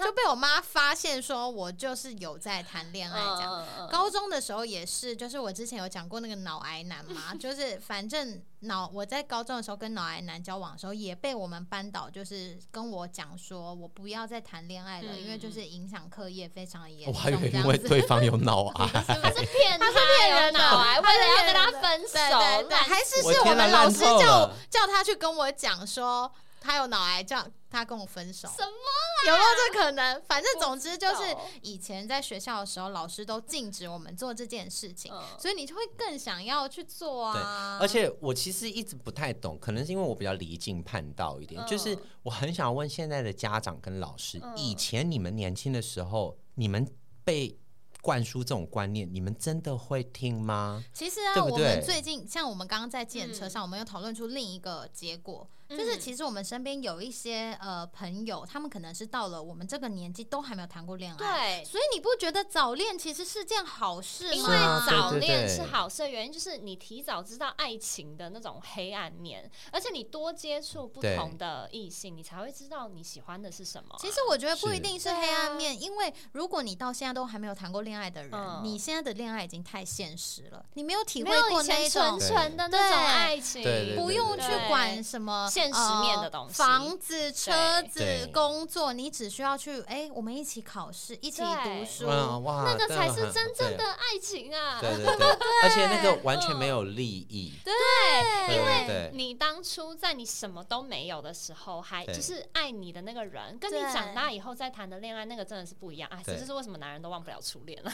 S1: 就被我妈发现，说我就是有在谈恋爱这样。
S2: 嗯嗯嗯
S1: 高中的时候也是，就是我之前有讲过那个脑癌男 嘛，就是反正脑我在高中的时候跟脑癌男交往的时候，也被我们班导就是跟我讲说，我不要再谈恋爱了，
S2: 嗯
S1: 因为就是影响课业非常严
S3: 哦我
S1: 重，
S3: 还以为
S1: 这
S3: 因
S1: 样
S3: 为
S1: 子。
S3: 对方有脑癌。
S2: 他是骗
S1: 他是骗
S2: 有
S1: 人的
S2: 脑癌，为
S1: 他是
S2: 了要
S1: 骗
S2: 跟
S1: 人
S2: 他
S1: 的
S2: 分手，
S1: 对对对，
S2: 烂
S1: 还 是
S3: 我
S1: 是我
S3: 天哪啊
S1: 们老
S3: 烂
S1: 师
S3: 透
S1: 叫我
S3: 了
S1: 叫他去跟我讲说他有脑癌，叫他跟我分手。
S2: 什么？
S1: 有没有这可能？反正总之就
S2: 不啊知
S1: 是
S2: 道
S1: 以前在学校的时候，老师都禁止我们做这件事情，
S2: 嗯
S1: 所以你就会更想要去做啊。
S3: 而且我其实一直不太懂，可能是因为我比较离经叛道一点，
S2: 嗯
S3: 就是我很想问现在的家长跟老师，
S2: 嗯
S3: 以前你们年轻的时候，你们被灌输这种观念，你们真的会听吗？
S1: 其实啊，
S3: 对不对
S1: 我们最近像我们刚刚在电车上，我们有讨论出另一个结果，就是
S2: 嗯
S1: 其实我们身边有一些呃朋友，他们可能是到了我们这个年纪都还没有谈过恋爱，
S2: 对，
S1: 所以你不觉得早恋其实是件好事
S2: 因
S1: 吗？
S2: 为
S3: 是啊
S2: 早
S3: 对对
S2: 恋
S3: 对
S2: 是好事，的原因就是你提早知道爱情的那种黑暗面，而且你多接触不
S3: 对
S2: 同的异性，你才会知道你喜欢的是什么啊、
S1: 其实我觉得不
S3: 是
S1: 一定是黑暗面，因为如果你到现在都还没有谈过恋爱的人，
S2: 嗯
S1: 你现在的恋爱已经太现实了，你没有体
S2: 没
S1: 会
S2: 有
S1: 过
S2: 以
S1: 那一
S2: 前
S1: 种
S2: 纯
S3: 对
S2: 纯的那种爱情，
S3: 对对对
S1: 不用去管什么
S2: 对现实面的东西
S1: 呃房子、车子
S3: 对、
S1: 工作，你只需要去哎、我们一起考试，一起读
S2: 对
S1: 书。
S3: 哇哇，
S2: 那个
S3: 啊对
S2: 才是
S3: 很
S2: 真正
S3: 对
S2: 的爱情啊！
S3: 对对对，而且那个完全没有利益，
S1: 对
S3: 因为
S2: 你当初在你什么都没有的时候，还
S3: 对
S2: 就是爱你的那个人，跟你
S1: 对
S2: 长大以后再谈的恋爱，那个真的是不一样啊！这
S3: 对
S2: 就是为什么男人都忘不了初恋了。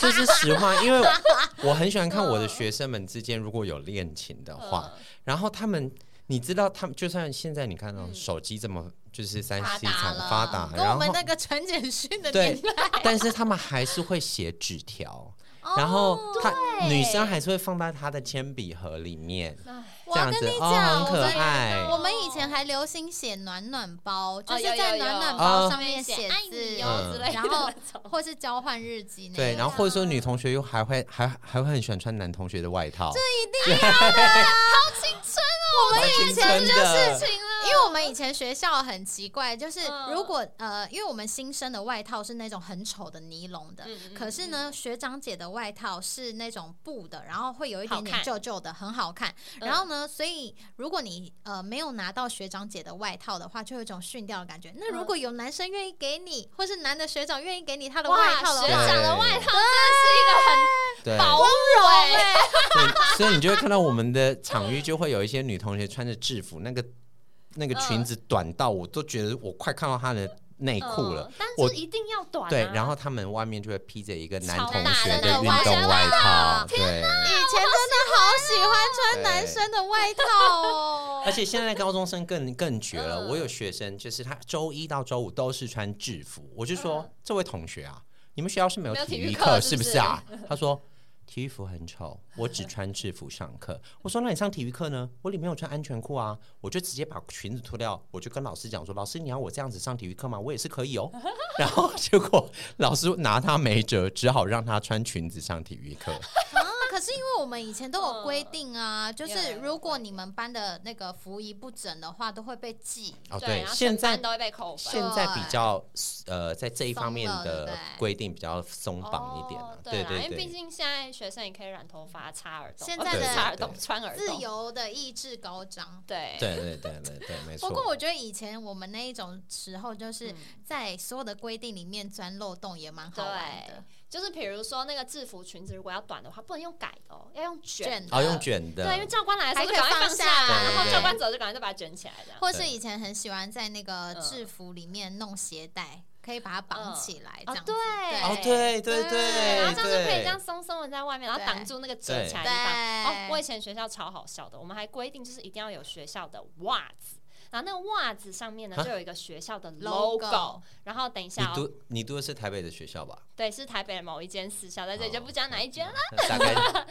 S3: 这是实话，因为 我很喜欢看我的学生们之间如果有恋情的话，
S1: 嗯
S3: 然后他们，你知道，他们就算现在你看到
S2: 嗯
S3: 手机这么就是三
S1: 发
S3: C
S1: 达
S3: 产
S1: 了，
S3: 发达，
S1: 跟我
S3: 然
S1: 们
S3: 后
S1: 那个陈简讯的
S3: 对
S1: 年代，，
S3: 但是他们还是会写纸条，
S1: 哦
S3: 然后他
S2: 对
S3: 女生还是会放在她的铅笔盒里面，
S2: 嗯
S1: 我
S3: 这样
S1: 跟
S3: 子
S1: 你
S3: 哦，
S1: 讲，
S3: 很
S1: 我
S3: 可
S1: 们
S3: 爱。
S1: 我们以前还流行写暖暖包，就是在
S2: 哦有有有
S1: 暖暖包
S3: 哦嗯
S1: 上面写
S2: 爱
S1: 字
S2: 你，哦之类的
S1: 然后
S2: 那种。
S1: 或是交换日记那
S3: 对，
S1: 种
S3: 然后或者说女同学又还会还还会很喜欢穿男同学的外套，
S1: 哦 我们
S3: 青
S1: 以前
S3: 春
S1: 就
S3: 的
S1: 是。
S2: 啊
S1: 因为我们以前学校很奇怪，就是
S2: 嗯
S1: 如果、呃，因为我们新生的外套是那种很丑的尼
S2: 嗯
S1: 龙的，可是呢，学长姐的外套是那种布的，然后会有一点点
S2: 好看
S1: 旧旧的，很好看。
S2: 嗯
S1: 然后呢，所以如果你呃没有拿到学长姐的外套的话，就有一种逊掉的感觉。那如果有男生愿意给你，或是男的学长愿意给你他的
S2: 哇
S1: 外套的
S2: 学
S1: 话，
S2: 长的
S3: 对
S2: 外套真的是
S3: 对
S2: 一个很，宝贵，
S3: 对所以你就会看到我们的场域就会有一些女同学穿着制服，那个那个裙子短到我都觉得我快看到她的内裤了。
S2: 嗯但
S3: 我
S2: 是一定要短啊。
S3: 对，然后他们外面就会披着一个男
S2: 超
S3: 同
S2: 大
S3: 学
S2: 的
S3: 的
S2: 那
S3: 运
S2: 种
S3: 动外套
S1: 哇，
S3: 对。
S1: 以前真的好喜欢穿
S3: 对
S1: 男生的外套哦。
S3: 而且现在高中生更更绝了，
S2: 嗯
S3: 我有学生就是他周一到周五都是穿制服，我就说
S2: 嗯
S3: 这位同学啊，你们学校是没有
S2: 没有
S3: 体
S2: 体育
S3: 育
S2: 课
S3: 课
S2: 是
S3: 是
S2: 不
S3: 不
S2: 是
S3: 是啊？他说。体育服很丑，我只穿制服上课。我说：“那你上体育课呢？我里面有穿安全裤啊，我就直接把裙子脱掉，我就跟老师讲说：老师，你要我这样子上体育课吗？我也是可以哦。 然后结果老师拿他没辙，只好让他穿裙子上体育课。
S1: 啊，可是因为我们以前都有规定啊，就是
S2: 有有
S1: 如果你们班的那个服仪不整的话，都会被记。
S3: 哦，
S2: 对，然后
S3: 现
S2: 全班
S3: 在
S2: 都会被扣分。
S3: 现在比较呃，在这一方面
S1: 松了对
S3: 的
S1: 不对
S3: 规定比较松绑一点了、
S2: 哦
S3: 对
S2: 啦，
S3: 对
S2: 因为毕
S3: 对，
S2: 竟现在学生也可以染头发、插耳洞，
S1: 现
S2: 呃
S1: 在
S2: 不是
S1: 的
S2: 插耳洞
S3: 对
S2: 穿耳洞，
S1: 自由的意志高涨。
S2: 对
S3: 对对对对对，没错。
S1: 不过我觉得以前我们那一种时候，就是
S2: 嗯
S1: 在所有的规定里面钻漏洞也蛮好玩
S2: 对
S1: 的。，
S2: 就是比如说那个制服裙子如果要短的话，不能用改的哦，要用卷
S1: 卷。
S3: 哦，用卷的，
S2: 对，因为教官来的时候就
S1: 还可以
S2: 赶快放
S1: 放
S2: 下
S1: 下
S2: 来，
S3: 来
S2: 然后
S3: 对
S2: 教官走就赶快再把它卷起来，这样。
S1: 或是以前很喜欢在那个制服里面弄鞋带，可以把它绑
S2: 嗯
S1: 起来这
S2: 哦
S1: 样子。
S2: 对
S3: 哦，对对对，
S2: 然后这样就可以
S3: 对
S2: 这样松松的在外面，然后
S1: 对
S2: 挡住那个折起来的地
S1: 对
S2: 方。哦，我以前学校超好笑的，我们还规定就是一定要有学校的袜子，然后那个袜子上面呢
S3: 啊
S2: 就有一个学校的
S1: logo
S2: logo。然后等一
S3: 你
S2: 下哦，
S3: 读你读的是台北的学校吧？
S2: 对，是台北某一间私校，在这里
S3: 哦
S2: 就不讲哪一间了。
S3: 大 概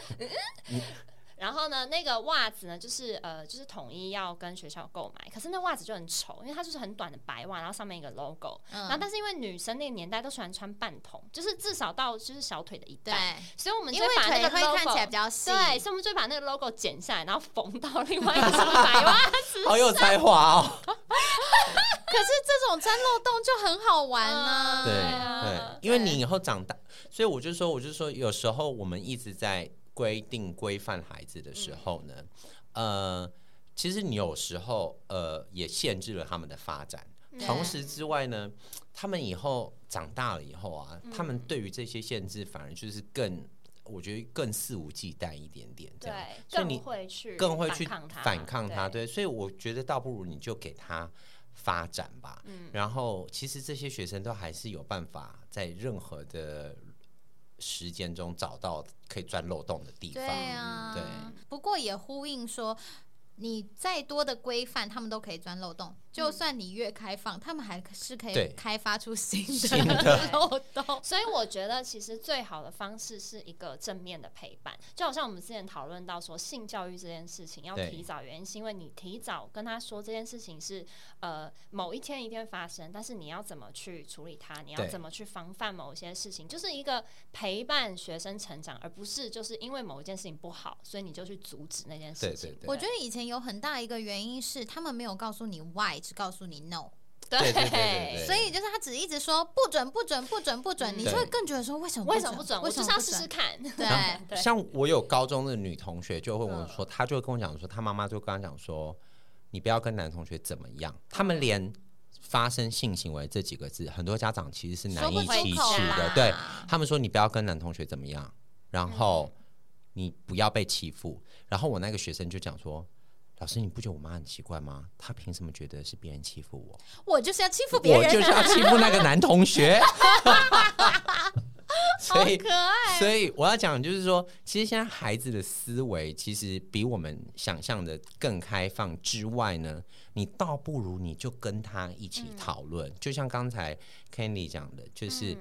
S2: 然后呢，那个袜子呢，就是呃，就是统一要跟学校购买，可是那袜子就很丑，因为它就是很短的白袜，然后上面一个 logo。然后
S1: 嗯，
S2: 但是因为女生那个年代都喜欢穿半筒，就是至少到就是小腿的一
S1: 对
S2: 半，，所以我们就
S1: 因为
S2: 把
S1: 腿
S2: 那个
S1: 会
S2: logo
S1: 看起来比较细。
S2: 对，所以我们就把那个 logo 剪下来，然后缝到另外一个什么白袜。
S3: 好有才华 哦。
S1: 可是这种钻漏洞就很好玩呢、
S2: 嗯
S3: 对对
S2: 啊，
S3: 因为你以后长大，所以我就说，我就说，有时候我们一直在规定规范孩子的时候呢，
S2: 嗯
S3: 呃，其实你有时候呃也限制了他们的发展。
S2: 嗯
S1: 对
S3: 同时之外呢，他们以后长大了以后啊，他
S2: 嗯
S3: 们对于这些限制反而就是更，我觉得更肆无忌惮一点点这
S2: 对
S3: 样。，所以
S2: 更
S3: 你
S2: 会去
S3: 更会去
S2: 反抗它，
S3: 反抗它，对，所以我觉得倒不如你就给他发展吧。
S2: 嗯
S3: 然后其实这些学生都还是有办法在任何的时间中找到可以钻漏洞的地方。
S1: 对啊，
S3: 对
S1: 不过也呼应说，你再多的规范，他们都可以钻漏洞。就算你越开放，他们还是可以
S3: 对
S1: 开发出新
S3: 新
S1: 的
S2: 的
S1: 漏洞。
S2: 所以我觉得，其实最好的方式是一个正面的陪伴，就好像我们之前讨论到说性教育这件事情要
S3: 对
S2: 提早，原因是因为你提早跟他说这件事情是呃某一天一定会发生，但是你要怎么去处理它，你要
S3: 对
S2: 怎么去防范某一些事情，就是一个陪伴学生成长，而不是就是因为某一件事情不好，所以你就去阻止那件事
S3: 对
S2: 情。
S3: 对对
S1: 我觉得以前有很大一个原因是他们没有告诉你 why，只告诉你 no，
S2: 对
S3: 对对对对对
S1: 所以就是他只一直说不准、不准、不准、不准，
S2: 嗯
S1: 你就会更觉得说为什么
S2: 为什么
S1: 不
S2: 不准？
S1: 为
S2: 我
S1: 什
S2: 就
S1: 么
S2: 是
S1: 不
S2: 要试试
S1: 准？
S2: 看。
S1: 对
S3: 然后
S2: 对
S3: 像我有高中的女同学就会问我说，她就会跟我讲说，她妈妈就跟她讲说，你不要跟男同学怎么样，他们连。发生性行为这几个字，很多家长其实是难
S1: 说
S3: 以
S1: 不
S3: 启
S1: 出口
S3: 齿的
S1: 啦。
S3: 对他们说你不要跟男同学怎么样，然后你不要被欺负。然后我那个学生就讲说，老师你不觉得我妈很奇怪吗？她凭什么觉得是别人欺负我？
S1: 我就是要欺负别
S3: 我就
S1: 人
S3: 是
S1: 啊，
S3: 要欺负那个男 同学。所以
S1: 可爱。
S3: 所以我要讲就是说，其实现在孩子的思维其实比我们想象的更开放之外呢，你倒不如你就跟他一起讨论，
S1: 嗯
S3: 就像刚才 Candy 讲的，就是。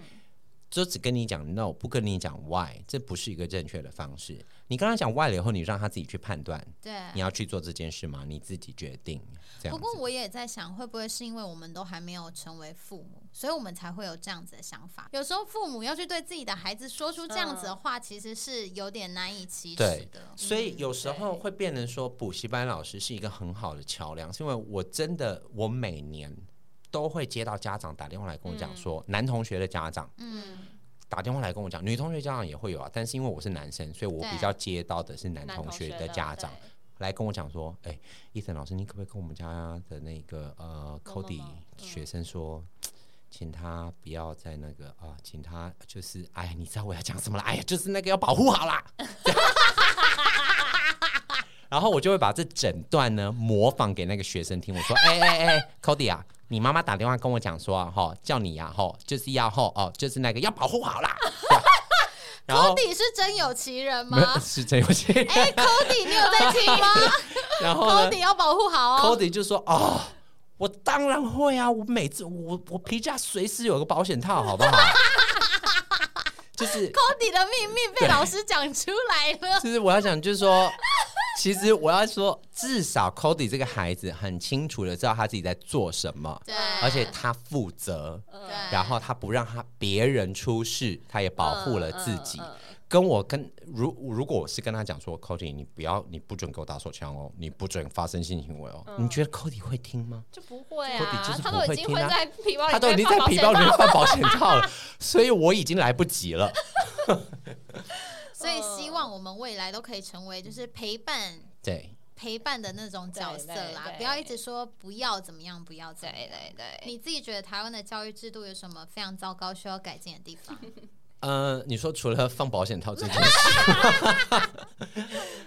S3: 就只跟你讲 no，不跟你讲 why，这不是一个正确的方式。你跟他讲 why 了以后，你让他自己去判断，
S1: 对，
S3: 你要去做这件事吗？你自己决定。这
S1: 嗯
S3: 样
S1: 不
S3: 子。
S1: 过我也在想，会不会是因为我们都还没有成为父母，所以我们才会有这样子的想法。有时候父母要去对自己的孩子说出这样子的话，其实是有点难以启齿
S3: 对
S1: 的。
S3: 所以有时候
S2: 对
S3: 会变成说，补习班老师是一个很好的桥梁，是因为我真的我每年都会接到家长打电话来跟我讲说，男同学的家长
S1: 嗯，
S3: 打电话来跟我讲，女同学家长也会有啊，但是因为我是男生，所以我
S1: 对
S3: 比较接到的是男
S2: 男
S3: 同学
S2: 的
S3: 的家长
S2: 对
S3: 来跟我讲说，哎，伊森老师，你可不可以跟我们家的那个呃
S2: 某某
S3: Cody
S2: 某嗯
S3: 学生说？请他不要在那个啊、请他就是哎呀，你知道我要讲什么了？哎呀，就是那个要保护好啦。 然后我就会把这整段呢模仿给那个学生听。我说：“哎哎哎，Cody 啊，你妈妈打电话跟我讲说啊，哈，叫你呀、啊，哈，就是要哈哦，就是那个要保护 好啦。对”然后
S1: 到底是真有其人
S3: 没有
S1: 吗？
S3: 是真有些，
S1: 哎，Cody，你有在听 吗
S3: 然后呢
S1: ？Cody 要保护好哦。
S3: ，Cody 就说：“哦，我当然会啊，我每次我我皮夹随时有个保险套，好不 好？”就是
S1: Cody 的秘密被老师讲出来了。
S3: 就是我要讲，就是说，其实我要说，至少 Cody 这个孩子很清楚的知道他自己在做什么，
S1: 对，
S3: 而且他负责，
S1: 对，
S3: 然后他不让他别人出事，他也保护了自己。
S2: 嗯嗯嗯
S3: 跟我跟如如果我是跟他讲说，Cody，你不要，你不准给我打手枪哦，你不准发生性行为哦，
S2: 嗯
S3: 你觉得 Cody 会听吗？
S2: 就不会
S3: 托
S2: 啊
S3: 比就是，
S2: 他
S3: 不
S2: 都
S3: 会
S2: 已经
S3: 听
S2: 会
S3: 啊
S2: 在皮包里面
S3: 他都已经在
S2: 哦放
S3: 皮
S2: 保
S3: 包里
S2: 险
S3: 面
S2: 套
S3: 放保险套了，所以我已经来不及了。
S1: 所以希望我们未来都可以成为就是陪伴
S3: 对，
S1: 陪伴的那种角色
S2: 嗯对对
S1: 啦，
S2: 对
S1: 不要一直说不要怎么样，不要怎么
S2: 对
S1: 样。
S2: 对对，
S1: 你自己觉得台湾的教育制度有什么非常糟糕需要改进的地方？
S3: 呃，你说除了放保险套这件事，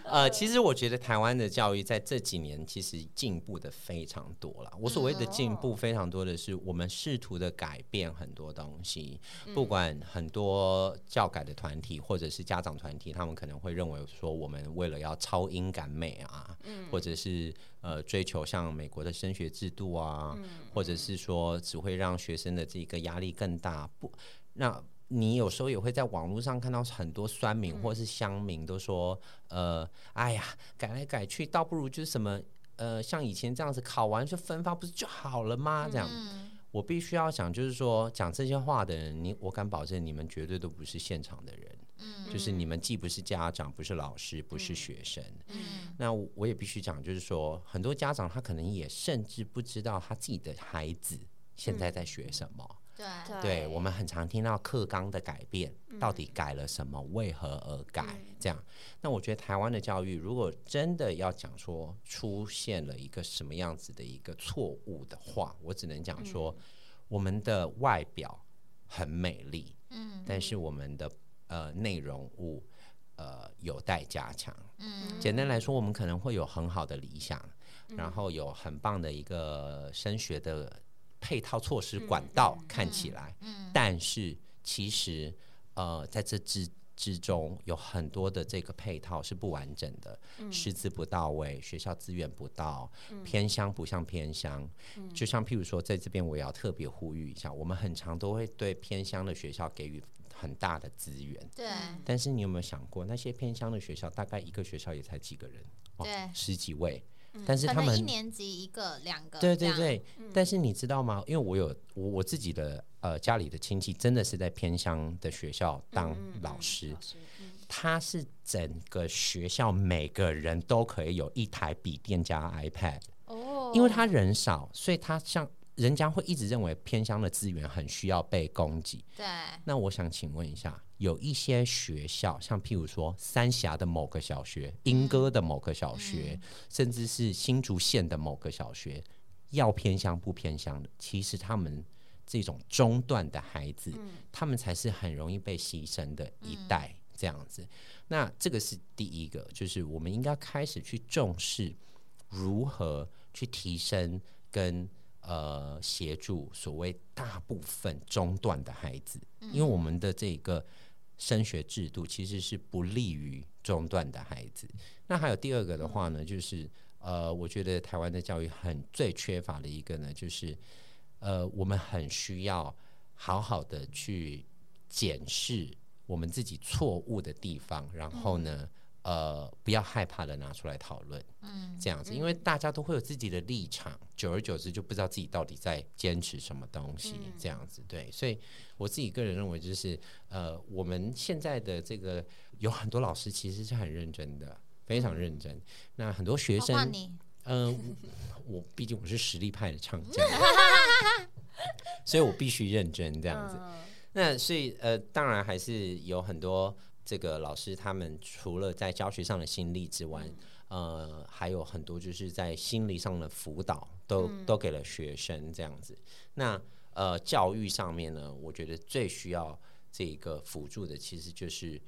S3: 呃，其实我觉得台湾的教育在这几年其实进步的非常多了。我所谓的进步非常多的是，我们试图的改变很多东西，不管很多教改的团体或者是家长团体，他们可能会认为说，我们为了要超英赶美啊，或者是呃追求像美国的升学制度啊，或者是说只会让学生的这个压力更大。不，那你有时候也会在网络上看到很多
S1: 嗯
S3: 酸民或是乡民都说，呃，哎呀，改来改去，倒不如就是什么，呃，像以前这样子考完就分发不是就好了吗？这样。
S1: 嗯，
S3: 我必须要讲，就是说讲这些话的人，你我敢保证，你们绝对都不是现场的人，
S1: 嗯
S3: 就是你们既不是家长，不是老师，不是学生。
S1: 嗯
S3: 那我我也必须讲，就是说，很多家长他可能也甚至不知道他自己的孩子现
S1: 嗯
S3: 在在学什么。
S1: 对，嗯
S2: 对
S3: 对我们很常听到课纲的改变，到底改了什么？为何而改？这样，那我觉得台湾的教育，如果真的要讲说出现了一个什么样子的一个错误的话，我只能讲说，
S1: 嗯
S3: 我们的外表很美丽，
S1: 嗯
S3: 但是我们的呃内容物呃有待加强。
S1: 嗯
S3: 简单来说，我们可能会有很好的理想，然后有很棒的一个升学的配套措施管道，看起来，
S1: 嗯
S3: 但是其实呃，在这之之中有很多的这个配套是不完整的，
S1: 嗯
S3: 师资不到位，学校资源不到，偏乡不像偏乡，
S1: 嗯
S3: 就像譬如说，在这边我也要特别呼吁一下，我们很常都会对偏乡的学校给予很大的资源。
S1: 对
S2: 嗯
S3: 但是你有没有想过，那些偏乡的学校，大概一个学校也才几个人，
S1: 对
S3: 十几位，但是
S1: 可
S3: 他
S1: 嗯能一
S3: 们。
S1: 年级一个两个，
S3: 对对，对，但是你知道吗？因为我有我我自己的呃家里的亲戚，真的是在偏乡的学校当老师，
S2: 嗯
S3: 他是整个学校每个人都可以有一台笔电加 iPad，
S2: 哦
S3: 因为他人少，所以他像人家会一直认为偏乡的资源很需要被供给，
S1: 对，
S3: 那我想请问一下，有一些学校，像譬如说三峡的某个小学、莺歌的某个小学，甚至是新竹县的某个小学，要偏乡不偏乡的，其实他们这种中段的孩子，他们才是很容易被牺牲的一代，这样子。那这个是第一个，就是我们应该开始去重视如何去提升跟呃协助所谓大部分中段的孩子，因为我们的这个升学制度其实是不利于中段的孩子。那还有第二个的话呢，就是呃，我觉得台湾的教育很最缺乏的一个呢，就是呃，我们很需要好好的去检视我们自己错误的地方，然后呢，呃，不要害怕的拿出来讨论。
S1: 嗯
S3: 这样子，因为大家都会有自己的立场，久而久之就不知道自己到底在坚持什么东西，
S1: 嗯
S3: 这样子对。所以我自己个人认为，就是呃，我们现在的这个有很多老师其实是很认真的，非常认真。那很多学
S1: 嗯包括
S3: 生，
S1: 你，
S3: 嗯、我我毕竟我是实力派的唱 将，所以我必须认真这
S2: 这
S3: 样子。
S2: 嗯
S3: 那所以呃，当然还是有很多这个老师，他们除了在教学上的心力之外，呃，还有很多就是在心理上的辅导都、都给了学生这样子。那呃，教育上面呢，我觉得最需要这个辅助的，其实就是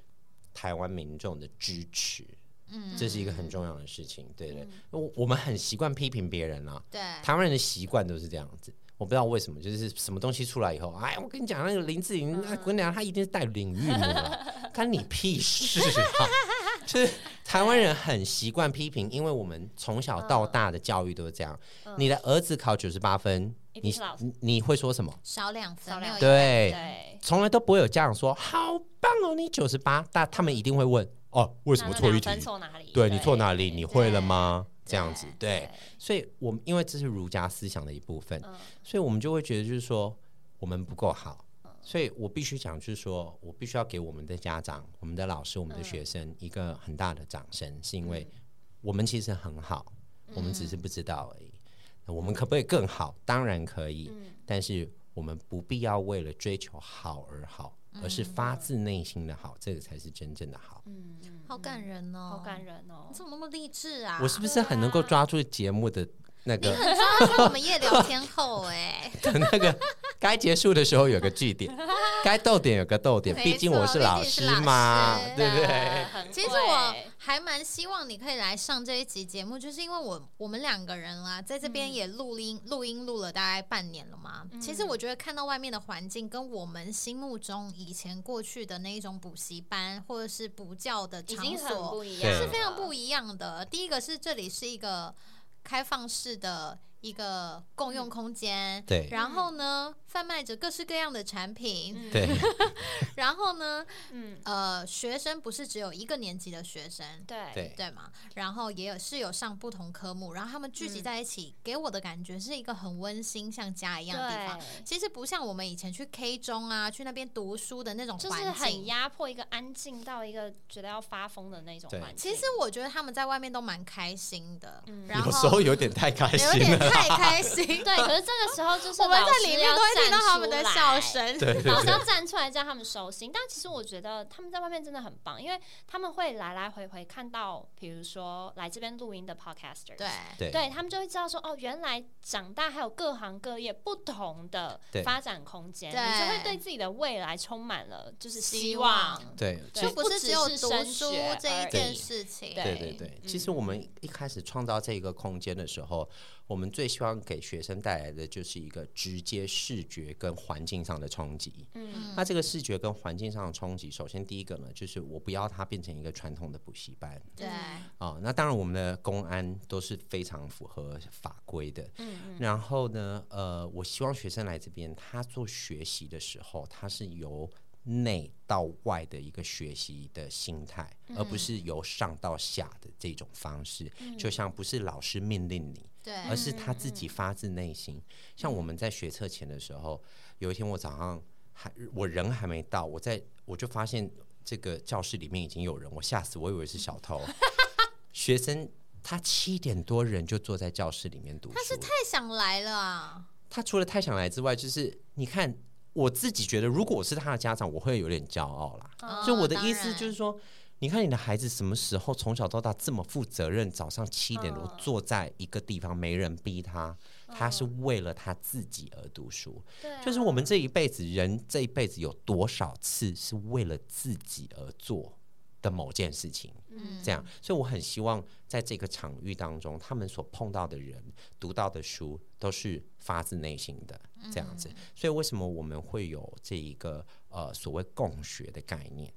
S3: 台湾民众的支持，
S1: 嗯，
S3: 这是一个很重要的事情。对对，我我们很习惯批评别人啦、啊
S1: 对，
S2: 哎
S3: 台湾人的习惯都是这样子。我不知道为什么，就是什么东西出来以后，哎，我跟你讲，那个林志
S2: 嗯
S3: 颖，那滚娘，他一定是带领域母 了，干你屁事啊！ 就是台湾人很习惯批评，因为我们从小到大的教育都是这样。你的儿子考九十八分，
S2: 嗯一定
S3: 你
S2: 是老师哦
S3: 你你会说什么？
S1: 少两分，
S2: 少
S1: 没有
S2: 两
S1: 一
S3: 分对
S2: 对，
S3: 从来都不会有家长说好棒哦，你九十八，但他们一定会问哦，为什么
S2: 那
S3: 错一
S2: 两
S3: 题？
S2: 分错哪里？
S3: 对你错哪里？你会了吗？
S2: 对
S3: 这样子，对。嗯所以我们因为这是儒家思想的一部分，所以我们就会觉得就是说我们不够好，所以我必须讲就是说我必须要给我们的家长、我们的老师、我们的学生一个很大的掌声，是因为我们其实很好，我们只是不知道而已。那我们可不可以更好？当然可以，
S2: 嗯
S3: 但是我们不必要为了追求好而好，而是发自内心的好，这个才是真正的好。
S2: 嗯嗯，
S1: 好感人哦，
S2: 好感，人哦
S1: 你。怎么那么励志啊？
S3: 我是不是很能够抓住节目的那个？
S1: 你 很重要，是我们夜聊天后哎，
S3: 的那个该结束的时候有个句点，该逗点有个逗点，
S1: 没
S3: 毕竟
S1: 错
S3: 我是
S1: 毕
S3: 老
S1: 竟是
S3: 师
S1: 老
S3: 嘛，
S1: 师
S3: 对不对？
S2: 很
S1: 其实
S2: 会
S1: 我还蛮希望你可以来上这一集节目，就是因为我我们两个人啦，在这边
S2: 嗯
S1: 也录音录音录了大概半年了嘛。
S2: 嗯
S1: 其实我觉得看到外面的环境，跟我们心目中以前过去的那一种补习班或者是补教的
S2: 已
S1: 场
S2: 经很
S1: 所
S2: 不一样了，
S3: 对
S1: 是非常不一样的。第一个是这里是一个开放式的。一个共用空间，
S3: 对
S1: 然后呢，贩卖着各式各样的产品，
S2: 嗯
S3: 对，
S1: 然后呢，
S2: 嗯，
S1: 呃，学生不是只有一个年级的学生，
S2: 对
S3: 对
S1: 对嘛？然后也有是有上不同科目，然后他们聚集
S2: 嗯
S1: 在一起，给我的感觉是一个很温馨、像家一样的地方。其实不像我们以前去 K 中啊，去那边读书的那种
S2: 就
S1: 环
S2: 是
S1: 境。
S2: 很压迫，一个安静到一个觉得要发疯的那种
S3: 对
S2: 环境。
S1: 其实我觉得他们在外面都蛮开心的，
S2: 嗯
S1: 然
S3: 有时
S1: 后
S3: 候有点太开
S1: 有
S3: 心
S1: 点
S3: 了，
S1: 太开心。
S2: 对，可是这个时候就是
S1: 我们
S2: 老师
S1: 在里面
S2: 要
S1: 都会听到
S2: 站
S1: 他们的
S2: 出来
S1: 笑声。
S3: 对对
S2: 老师
S3: 对
S2: 要站出来叫他们收心，但其实我觉得他们在外面真的很棒，因为他们会来来回回看到，比如说来这边录音的 podcaster，
S1: 对，
S3: 对
S2: 对他们就会知道说，哦，原来长大还有各行各业不同的
S3: 对
S2: 发展空间，
S1: 对
S2: 你就会对自己的未来充满了就是
S1: 希
S2: 希
S1: 望
S3: 对
S2: 对
S1: 就不
S2: 不
S1: 是
S2: 只
S1: 只有
S2: 是
S1: 读
S2: 升
S1: 书
S2: 学
S1: 这一
S2: 而
S1: 件
S3: 已
S1: 事情。
S2: 对
S3: 对对
S1: 嗯
S3: 对，其实我们一开始创造这个空间的时候，我们最希望给学生带来的就是一个直接视觉跟环境上的冲击。
S2: 嗯，
S3: 那这个视觉跟环境上的冲击，首先第一个呢，就是我不要它变成一个传统的补习班
S1: 对
S3: 啊、那当然，我们的公安都是非常符合法规的。
S2: 嗯嗯，
S3: 然后呢，呃，我希望学生来这边，他做学习的时候，他是由内到外的一个学习的心态，而
S2: 嗯
S3: 不是由上到下的这种方式。就像不是老师命令你，
S1: 对
S3: 而是他
S1: 嗯
S3: 自己发自内心。像我们在学测前的时候，有一天我早上还我人还没到，我在我就发现这个教室里面已经有人，我吓死，我以为是小 偷。学生他七点多人就坐在教室里面读书，
S1: 他是太想来了啊！
S3: 他除了太想来之外，就是你看我自己觉得，如果我是他的家长，我会有点骄傲啦。
S2: 嗯
S1: 哦
S3: 就我的
S1: 当
S3: 意思
S1: 然
S3: 就是说，你看你的孩子什么时候从小到大这么负责任，早上七点多
S2: 嗯
S3: 坐在一个地方，没人逼他，他是为了他自己而读书。
S2: 嗯对啊，
S3: 就是我们这一辈子，人这一辈子有多少次是为了自己而做的某件事情？
S2: 嗯
S3: 这样，所以我很希望在这个场域当中，他们所碰到的人、读到的书都是发自内心的这样
S2: 嗯
S3: 子。所以为什么我们会有这一个呃所谓共学的概念？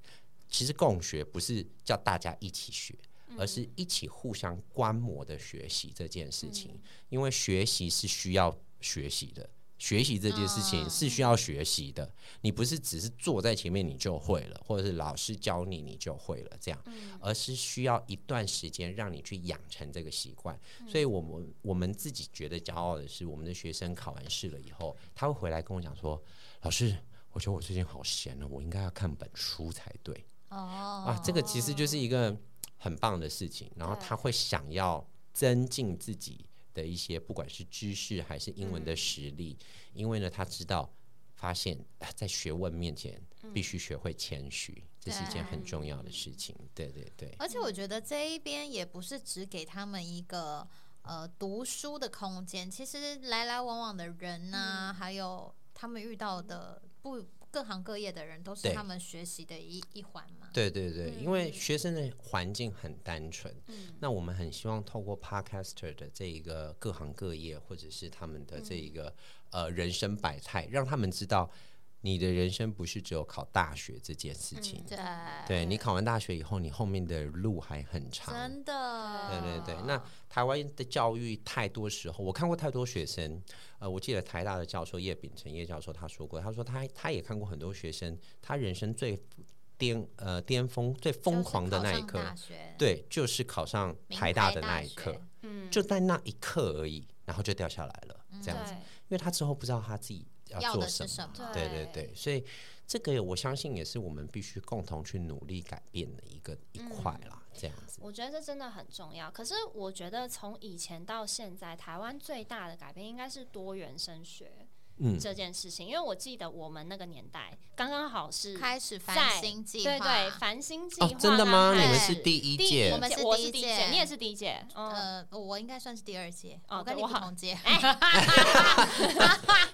S3: 其实共学不是叫大家一起学，而是一起互相观摩的学习这件事情，因为学习是需要学习的。学习这件事情
S1: 嗯
S3: 是需要学习的，你不是只是坐在前面你就会了，或者是老师教你你就会了这样。而是需要一段时间让你去养成这个习惯。所以，我们我们自己觉得骄傲的是，我们的学生考完试了以后，他会回来跟我讲说：“老师，我觉得我最近好闲哦，我应该要看本书才对。”
S1: 哦，
S3: 啊，这个其实就是一个很棒的事情。然后他会想要增进自己的一些，不管是知识还是英文的实力，因为呢，他知道发现啊在学问面前必须学会谦虚，这是一件很重要的事情。对对对。
S1: 而且我觉得这一边也不是只给他们一个呃读书的空间，其实来来往往的人呐、
S3: 嗯
S1: 还有他们遇到的不各行各业的人，都是
S3: 对
S1: 他们学习的一一环嘛。
S3: 对对对，因
S2: 嗯
S3: 为学生的环境很单纯，
S2: 嗯
S3: 那我们很希望透过 Podcaster 的这一个各行各业，或者是他们的这一
S1: 嗯
S3: 个、呃人生百态，让他们知道你的人生不是只有考大学这件事情。
S2: 嗯
S1: 对，
S3: 对你考完大学以后，你后面的路还很长。
S1: 真的，
S3: 对对对，那台湾的教育太多时候，我看过太多学生，呃，我记得台大的教授叶秉成叶教授他说过，他说他他也看过很多学生，他人生最巅呃巅峰最疯狂的那一
S1: 就
S3: 刻
S1: 是考上，大学
S3: 对，就是考上
S1: 名
S3: 台大的那一
S1: 学
S3: 刻，
S2: 嗯，
S3: 就在那一刻而已，然后就掉下来了，这
S2: 对
S3: 样子，因为他之后不知道他自己
S1: 要
S3: 要做
S1: 的
S3: 什
S1: 是
S3: 么。
S1: 什么？
S3: 对对对，所以这个我相信也是我们必须共同去努力改变的一个一块啦，这样子。
S2: 我觉得这真的很重要。可是我觉得从以前到现在，台湾最大的改变应该是多元升学。
S3: 嗯
S2: 这件事情，因为我记得我们那个年代刚刚好是
S1: 开始繁
S2: 在
S1: 星计划，
S2: 对对繁星计划、
S3: 哦，真的吗？
S2: 那
S3: 你
S2: 还
S3: 们
S1: 对
S3: 是第一
S2: 第一
S3: 届
S1: 我们是
S2: 我
S1: 第一
S2: 是第一
S1: 届
S2: 届，你也是第一届，
S3: 哦
S2: 嗯，
S1: 呃，我应该算是第二届，
S2: 哦
S1: 我跟你
S2: 对
S1: 不
S2: 我好
S1: 同 届。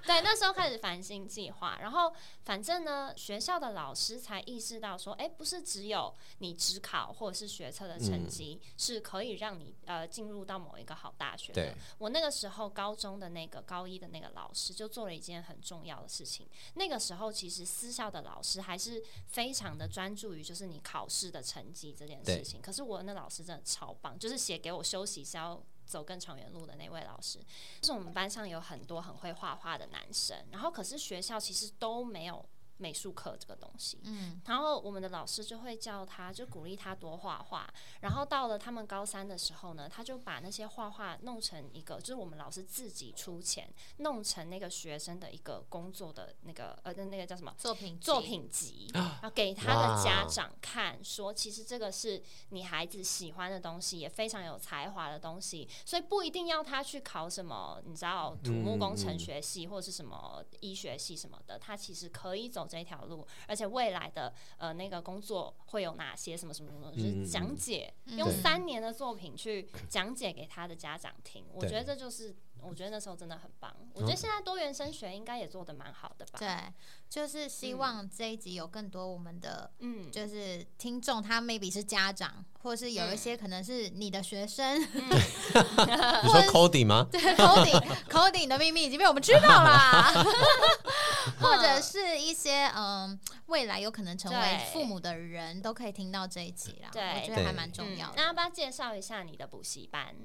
S2: 对，那时候开始繁星计划，然后反正呢，学校的老师才意识到说，哎，不是只有你职考或者是学测的成
S3: 嗯
S2: 绩、是可以让你呃进入到某一个好大学的
S3: 对，，
S2: 我那个时候高中的那个高一的那个老师就做了一件很重要的事情。那个时候其实私校的老师还是非常的专注于就是你考试的成绩这件事情。可是我那老师真的超棒，就是写给我休息是要走更长远路的那位老师。就是我们班上有很多很会画画的男生，然后可是学校其实都没有美术课这个东西。
S1: 嗯，
S2: 然后我们的老师就会叫他，就鼓励他多画画。然后到了他们高三的时候呢，他就把那些画画弄成一个，就是我们老师自己出钱弄成那个学生的一个工作的那个呃，那那个叫什么？
S1: 作品集
S2: 作，品 集，然后给他的家长看，说其实这个是你孩子喜欢的东西，也非常有才华的东西，所以不一定要他去考什么，你知道土木工程学系或是什么医学系什么的，他其实可以走这条路，而且未来的呃那个工作会有哪些什么什么什么，就是
S3: 嗯嗯嗯
S2: 讲解，
S1: 嗯
S2: 用
S1: 对
S2: 三年的作品去讲解给他的家长听，我
S3: 对
S2: 觉得这就是。我觉得那时候真的很棒，我觉得现在多元升学应该也做得蛮好的吧。，
S1: 对，就是希望这一集有更多我们的。
S2: 嗯，
S1: 就是听众，他 maybe 是家长，或是有一些可能是你的学生，
S3: 你说 Cody 吗？
S1: 对 coding coding 的秘密已经被我们知道 啦，或者是一些嗯未来有可能成为
S2: 对
S1: 父母的人都可以听到这一集啦，
S2: 对
S1: 我觉得
S3: 对
S1: 还蛮重要
S2: 嗯。
S1: 的。
S2: 那要不要介绍一下你的补习班？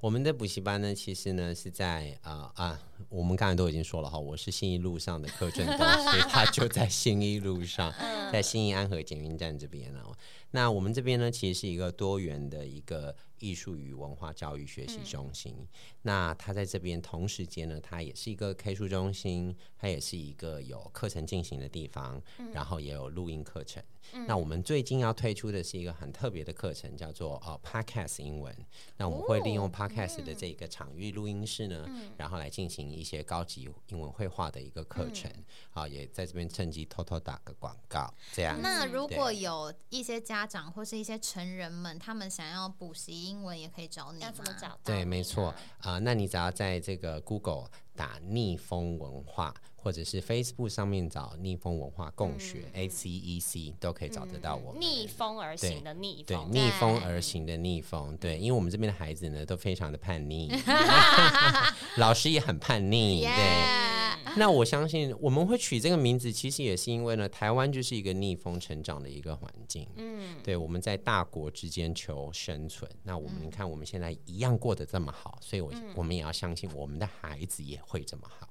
S3: 我们的补习班呢，其实呢是在啊、啊，我们刚才都已经说了哈，我是信义路上的柯震东，所以他就在信义路上，在信义安和捷运站这边啊。那我们这边呢，其实是一个多元的一个艺术与文化教育学习中心。那它在这边同时间呢，它也是一个 K 书中心，它也是一个有课程进行的地方，然后也有录音课程。那我们最近要推出的是一个很特别的课程，叫做呃 Podcast 英文。那我们会利用 Podcast 的这个场域录音室呢，然后来进行一些高级英文绘画的一个课程。好、也在这边趁机偷偷打个广告，这样。
S1: 那
S2: 嗯
S1: 如
S3: 对
S1: 果有一些家长或是一些成人们，他们想要补习英文，也可以找你
S2: 要怎么
S1: 吗
S2: 找？到？
S3: 对，没错。啊、那你只要在这个 Google 打“逆风文化”，或者是 Facebook 上面找“逆风文化共
S2: 嗯
S3: 学 ”A C E C 都可以找得到我们。
S2: 逆风而行的逆
S3: 对，
S2: 风，
S3: 逆风而行的逆风，对，因为我们这边的孩子呢都非常的叛 逆，老师也很叛逆，对。
S1: 耶！
S3: 那我相信我们会取这个名字，其实也是因为呢，台湾就是一个逆风成长的一个环境，
S2: 嗯，
S3: 对，我们在大国之间求生存。那我们你看，我们现在一样过得这么好，所以我、我们也要相信我们的孩子也会这么好。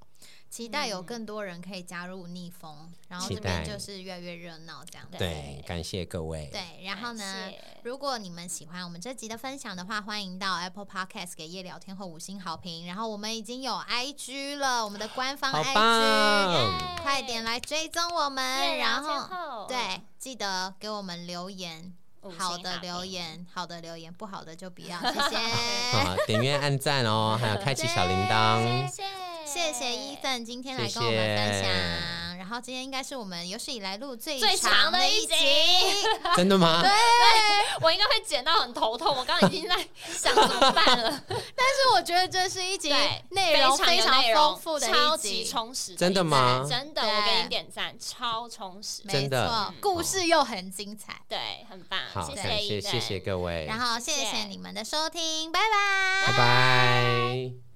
S1: 期待有更多人可以加入逆风，然后
S3: 期
S1: 这边
S3: 待
S1: 就是越来越热闹这样。
S2: 对
S3: 对，感谢各位，
S1: 对，然后呢
S2: 感谢？
S1: 如果你们喜欢我们这集的分享的话，欢迎到 Apple Podcast 给夜聊天后五星好评。然后我们已经有 IG 了，我们的官方
S3: 好
S1: IG，
S3: 棒！
S1: 快点来追踪我们。然后
S2: 后
S1: 对，记得给我们留言，好的留，言，好的留言，不好的就不要，谢 谢。
S3: 好，点阅、按赞哦，还有开启小铃铛
S2: 五。星好评
S1: 谢
S2: 谢
S1: 谢伊森今天来
S3: 谢
S1: 跟我们分
S3: 谢
S1: 享，然后今天应该是我们有史以来录最
S2: 最
S1: 长
S2: 长的一
S1: 一
S2: 集
S1: 集
S3: 真的吗？
S2: 我应该会剪到很头痛，我刚刚已经在 想怎么办了。
S1: 但是我觉得这是一集
S2: 对，
S1: 内容非
S2: 非
S1: 常
S2: 有内容
S1: 丰富的一集，
S2: 超级充实，
S3: 真的吗
S2: 真的，
S1: 对
S2: 我给你点赞，超充实，
S1: 没
S3: 真的
S1: 错
S3: 嗯
S1: 故事又很精彩。
S2: 对，很棒，
S3: 好，
S2: 谢
S3: 感
S2: 伊
S3: 谢
S2: 森
S3: 谢谢各位，
S1: 然后谢谢
S2: 谢谢
S1: 你们的收听，拜拜
S3: 拜。拜。